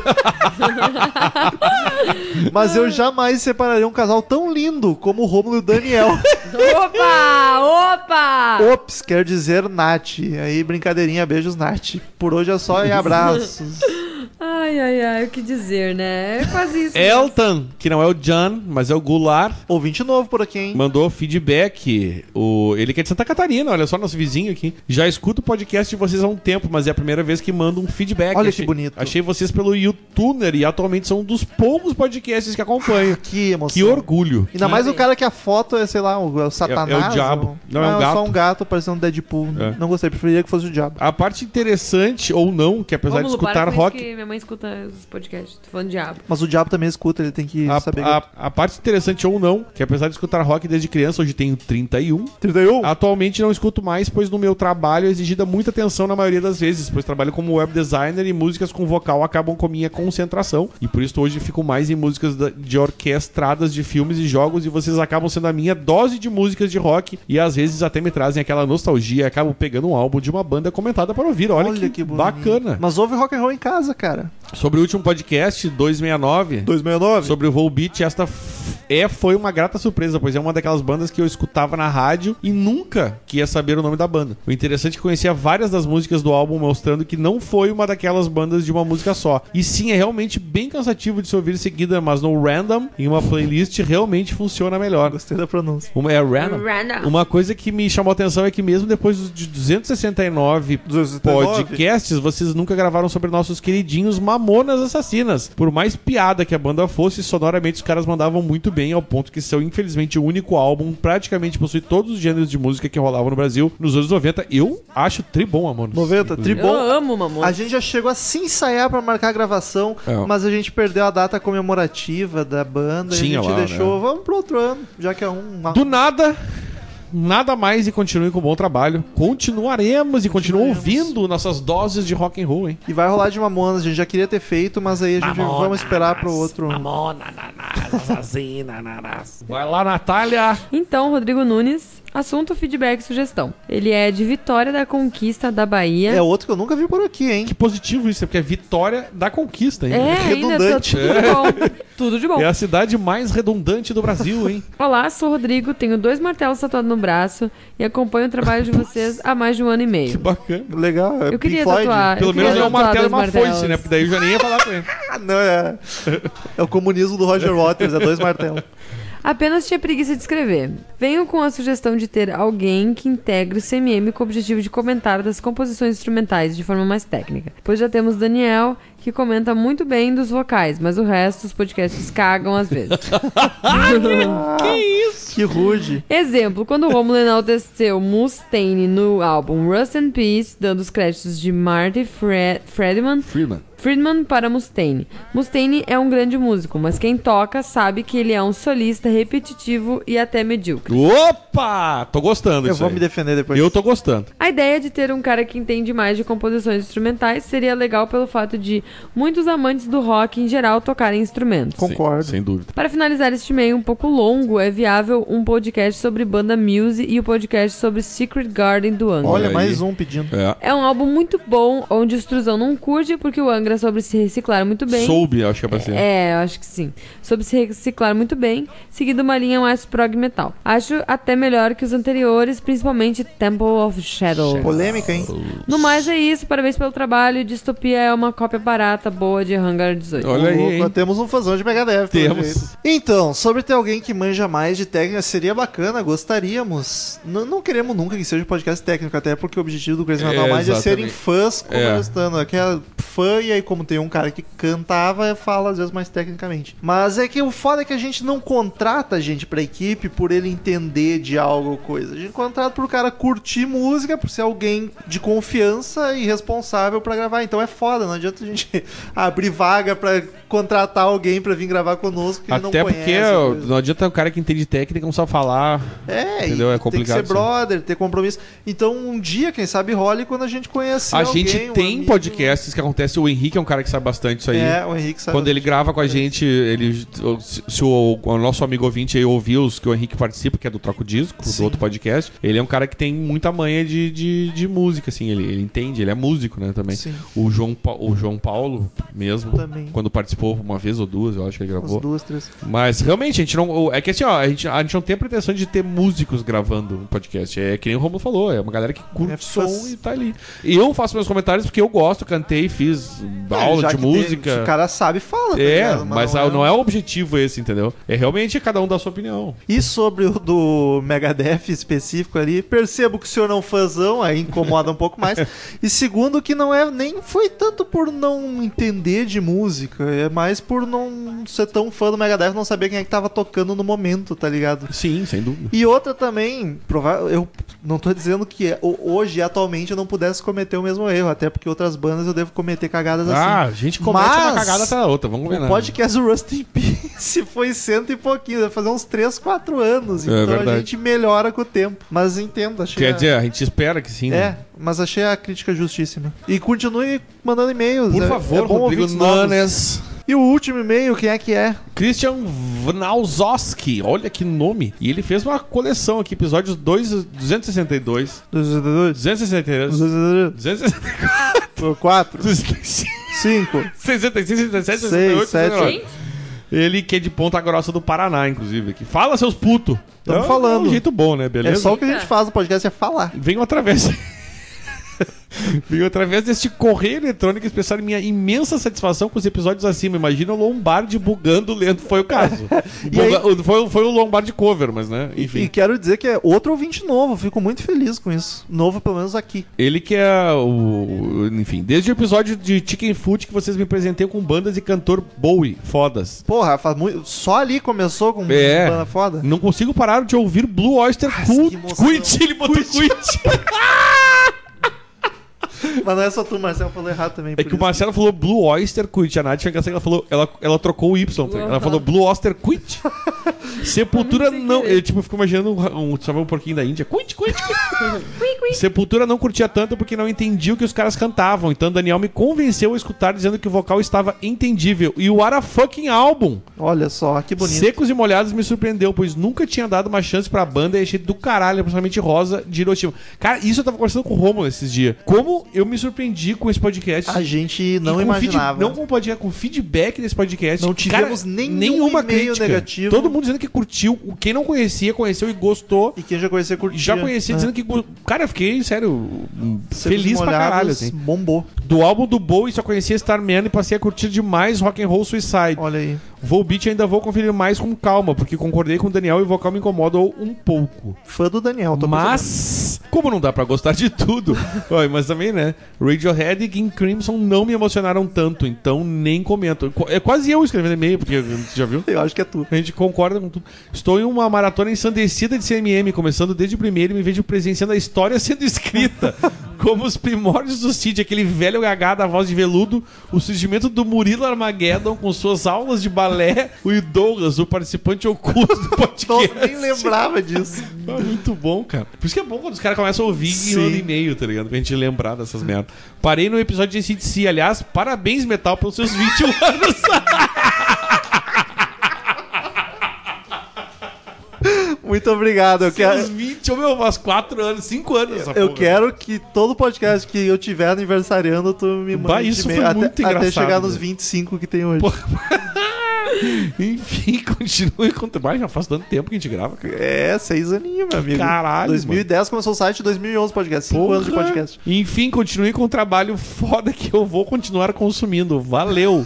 Mas eu jamais separaria um casal tão lindo como o Romulo e o Daniel. Opa! Opa! Ops, quer dizer Nath. Aí, brincadeirinha, beijos, Nath. Por hoje é só e abraços. Ai, ai, ai, o que dizer, né? É quase isso. Elton, que não é o John, mas é o Goulart. Ouvinte novo por aqui, hein? Mandou feedback. O... Ele que é de Santa Catarina, olha só, nosso vizinho aqui. Já escuto o podcast de vocês há um tempo, mas é a primeira vez que manda um feedback. Olha que Achei- bonito. Achei vocês pelo YouTuner e atualmente são um dos poucos podcasts que acompanho. Que emoção. Que orgulho. Ainda mais o cara que a foto é, sei lá, o, é o satanás. É- é o diabo. ou- Não, é um só gato. um gato parecendo um Deadpool. É. Não gostei, preferiria que fosse o diabo. A parte interessante ou não, que apesar Vamos de escutar rock. que minha mãe escuta os podcasts. Tô falando diabo. Mas o diabo também escuta, ele tem que A, saber. a- a parte interessante ou não, que apesar de escutar rock desde criança, hoje tenho 31, 31? Atualmente não escuto mais, pois no meu trabalho é exigida muita atenção na maioria das vezes, pois trabalho como web designer e músicas com vocal acabam com minha concentração. E por isso hoje fico mais em músicas da- de orquestradas de filmes e jogos e vocês acabam sendo a minha dose de músicas de rock e às vezes até me trazem aquela nostalgia e acabo pegando um álbum de uma banda comentada para ouvir. Olha, que, bonito. bacana. Mas houve rock and roll em casa, cara. Sobre o último podcast, 269, 269? sobre o Volbeat, esta f- é foi uma grata surpresa, pois é uma daquelas bandas que eu escutava na rádio e nunca que ia saber o nome da banda. O interessante é que conhecia várias das músicas do álbum, mostrando que não foi uma daquelas bandas de uma música só. E sim, é realmente bem cansativo de se ouvir em seguida, mas no random, em uma playlist, realmente funciona melhor. Gostei da pronúncia. Uma, é random. Random. Uma coisa que me chamou a atenção é que mesmo depois dos- de 269 podcasts, vocês nunca gravaram sobre nossos queridinhos os Mamonas Assassinas. Por mais piada que a banda fosse, sonoramente os caras mandavam muito bem, ao ponto que seu, infelizmente, único álbum praticamente possui todos os gêneros de música que rolavam no Brasil nos anos 90. Eu acho tribom Mamonas. 90, inclusive. tribom. Eu amo A Mamonas. gente já chegou a se ensaiar pra marcar a gravação, É. mas a gente perdeu a data comemorativa da banda e Tinha a gente lá, né? deixou, vamos pro outro ano, já que é um... uma- Do nada, nada mais e continue com o bom trabalho. Continuaremos e continua ouvindo nossas doses de rock and roll, hein? E vai rolar de Mamonas, a gente já queria ter feito, mas aí a gente vamos esperar pro outro... Vai lá, Natália. Então, Rodrigo Nunes, assunto, feedback e sugestão. Ele é de Vitória da Conquista da Bahia. É outro que eu nunca vi por aqui, hein? Que positivo isso, é porque é vitória da conquista, hein? É, ainda tá redundante. tudo de bom. Tudo de bom. É a cidade mais redundante do Brasil, hein? Olá, sou o Rodrigo, tenho dois martelos tatuados no braço e acompanho o trabalho de vocês há mais de um ano e Que meio. bacana. Legal, é Eu Pink queria Floyd. tatuar. Pelo eu menos queria é um tatuar martelo e dois uma foice, martelos. né? Porque daí eu já nem ia falar com ele. Ah, não, é... É o comunismo do Roger Waters, é dois martelos. Apenas tinha preguiça de escrever. Venho com a sugestão de ter alguém que integre o CMM com o objetivo de comentar das composições instrumentais de forma mais técnica. Pois já temos Daniel, que comenta muito bem dos vocais, mas o resto os podcasts cagam às vezes. Que rude. Exemplo, quando o Romulo enalteceu Mustaine no álbum Rust in Peace, dando os créditos de Marty Fre Friedman, Firma. Friedman para Mustaine. Mustaine é um grande músico, mas quem toca sabe que ele é um solista repetitivo e até medíocre. Opa! Tô gostando Eu disso vou aí. me defender depois. Eu tô gostando. A ideia de ter um cara que entende mais de composições instrumentais seria legal pelo fato de muitos amantes do rock em geral tocarem instrumentos. Concordo. Sem, sem dúvida. Para finalizar este meio um pouco longo, é viável um podcast sobre banda Muse e o podcast sobre Secret Garden do Angra. Olha, Olha aí. mais um pedindo. É. É um álbum muito bom, onde o Struzão não curte, porque o Angra soube se reciclar muito bem. Soube, acho que é pra ser. É, eu acho que sim. Soube se reciclar muito bem, seguindo uma linha mais prog metal. Acho até melhor que os anteriores, principalmente Temple of É. Shadows. Polêmica, hein? No mais é isso, parabéns pelo trabalho. Distopia é uma cópia barata, boa de Hangar 18. Olha aí, Louco, hein? Temos um fãzão de Megadeth. pelo Temos. jeito. Então, sobre ter alguém que manja mais de técnica, seria bacana, gostaríamos. N- não queremos nunca que seja um podcast técnico, até porque o objetivo do Crazy É, Metal Mind é serem exatamente. fãs É. conversando. É. Que é fã e aí como tem um cara que cantava, fala às vezes mais tecnicamente. Mas é que o foda é que a gente não contrata a gente pra equipe por ele entender de algo ou coisa. A gente contrata pro cara curtir música, por ser alguém de confiança e responsável pra gravar. Então é foda, não adianta a gente abrir vaga pra contratar alguém pra vir gravar conosco que ele Até não porque conhece. a ó, coisa. não adianta o cara que entende técnica não só falar. É, e Entendeu? É complicado, Tem que ser sim. brother, ter compromisso. Então, um dia, quem sabe, role quando a gente conhecer a alguém, gente um tem amigo. podcasts que acontece. O Henrique é um cara que sabe bastante isso aí. É, o Henrique sabe. Quando ele grava com a gente, ele, se se o, o nosso amigo ouvinte aí ouviu os que o Henrique participa, que é do Troco Disco, Sim. do outro podcast, ele é um cara que tem muita manha de, de, de música, assim, ele, ele entende, ele é músico, né, também. Sim. O João, Pa- o João Paulo mesmo, Também. quando participou uma vez ou duas, eu acho que ele Umas gravou. duas, três. Mas realmente, a gente não. É que assim, ó, a gente, a gente não tem a pretensão de ter músicos gravando um podcast. É que nem o Romulo falou, é uma galera que curte É fãs. som e tá ali. E eu faço meus comentários porque eu gosto, cantei, fiz aula É, Já de que tem- música. se o cara sabe, fala. tá É, ligado? mas a- não é o objetivo esse, entendeu? É realmente cada um dá a sua opinião. E sobre o do Megadeth específico ali, percebo que o senhor não é um fãzão, aí incomoda um pouco mais. E segundo, que não é nem foi tanto por não entender de música, é mais por não ser tão fã do Megadeth, não saber quem é que tava tocando no momento, tá ligado? Sim, sem dúvida. E outra também, prova- eu não tô dizendo que é- ho- hoje, atualmente, eu não pudesse cometer o mesmo erro, até porque outras bandas eu devo cometer cagadas Ah, assim. a gente comete uma Mas- cagada até a outra, vamos né? O combinar. podcast do Rust in Peace foi cento e pouquinho, vai fazer uns 3, 4 anos. É Então a verdade. gente melhora com o tempo. Mas entendo, achei. Quer a- dizer, a gente espera que sim. É, né? mas achei a crítica justíssima. E continue mandando e-mails. Por é- favor, é bom Rodrigo ouvintes novos. Nunes. E o último e-mail, quem é que é? Christian Vnauzoski, olha que nome. E ele fez uma coleção aqui, episódios 2, 262, 263, 264, 4, 265, 5, 66, 6, 67, 68, 7. 69. Ele que é de Ponta Grossa do Paraná, inclusive. Que fala, seus putos. Tamo falando. É um jeito bom, né? É Beleza? só o que a gente faz no podcast, é falar. Venham através. Vim através deste correio eletrônico expressar minha imensa satisfação com os episódios acima. Imagina o Lombardi bugando lento, foi o caso. E aí- Buga- Foi, foi o Lombardi cover, mas né, E enfim. quero dizer que é outro ouvinte novo, fico muito feliz com isso. Novo, pelo menos aqui. Ele que é o. o- Enfim, desde o episódio de Chicken Food que vocês me presenteiam com bandas e cantor Bowie, fodas. Porra, faz muito... só ali começou com É. banda foda. Não consigo parar de ouvir Blue Oyster Ah, Cult. que emoção. Quit, ele botou Quit. Mas não é só tu, o Marcelo falou errado também. É por que o isso. Marcelo falou Blue Oyster Quit. A Nath chega assim, ela falou, ela, ela trocou o Y. tá ligado? Ela falou Blue Oyster Quit. Sepultura Sem não. querer. Eu tipo, fico imaginando um, um, sabe, um porquinho da Índia. Quit, quit, quit. Sepultura não curtia tanto porque não entendia o que os caras cantavam. Então Daniel me convenceu a escutar dizendo que o vocal estava entendível. E o Ara Fucking Album, Olha só, que bonito. Secos e Molhados, me surpreendeu, pois nunca tinha dado uma chance pra banda e achei do caralho, principalmente Rosa de Hiroshima. Cara, isso eu tava conversando com o Romulo esses dias. Como eu me surpreendi com esse podcast. A gente não E com imaginava. feed- não com o podcast, com o feedback desse podcast. Não tivemos nenhum e-mail negativo. Todo mundo dizendo que curtiu. O- Quem não conhecia, conheceu e gostou. E quem já conhecia E curtia. já conhecia né? dizendo que. go- Cara, eu fiquei, sério, um Secos e feliz pra Molhados, caralho, assim. Bombou. Do álbum do Bowie só conhecia Starman e passei a curtir demais Rock and Roll Suicide. Olha aí. Volbeat ainda vou conferir mais com calma, porque concordei com o Daniel e o vocal me incomodou um pouco. Fã do Daniel, tô Mas, como não dá pra gostar de tudo, Olha, mas também, né? Radiohead e King Crimson não me emocionaram tanto, então nem comento. Qu- É quase eu escrevendo e-mail, porque você já percebendo. viu? Eu acho que é tu. A gente concorda com tudo. Estou em uma maratona ensandecida de CMM, começando desde o primeiro e me vejo presenciando a história sendo escrita. Como os primórdios do Cid, aquele velho gagá da voz de veludo, o surgimento do Murilo Armageddon com suas aulas de balé, o Douglas, o participante oculto do Nossa, podcast. nem lembrava disso. Ah, Muito bom, cara. Por isso que é bom quando os caras começam a ouvir Sim. e mandam e-mail, tá ligado? Pra gente lembrar dessas merdas. Parei no episódio de ACDC. Aliás, parabéns, Metal, pelos seus 21 anos. Muito obrigado. Eu Seus quero, 20, ou um, meu, umas 4 anos, 5 anos. essa eu porra. quero que todo podcast que eu tiver aniversariando, tu me Bah, mande isso foi e-mail até, muito até engraçado, chegar nos velho. 25 que tem hoje. Enfim, continue contando. Mas já faz tanto tempo que a gente grava, cara. É, seis aninhos, meu amigo. Caralho, 2010 começou o site, 2011 podcast. Cinco Porra. anos de podcast. Enfim, continue com o trabalho foda que eu vou continuar consumindo. Valeu!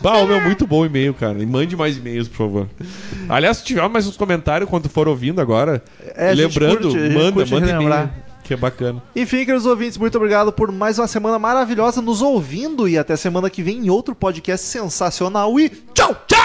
bah, ô, meu, muito bom o e-mail, cara. E mande mais e-mails, por favor. Aliás, se tiver mais uns comentários quando for ouvindo agora, É, a gente lembrando, curte, a gente manda, curte manda e-mail. relembrar. Que é bacana. Enfim, queridos ouvintes, muito obrigado por mais uma semana maravilhosa nos ouvindo e até semana que vem em outro podcast sensacional e tchau, tchau,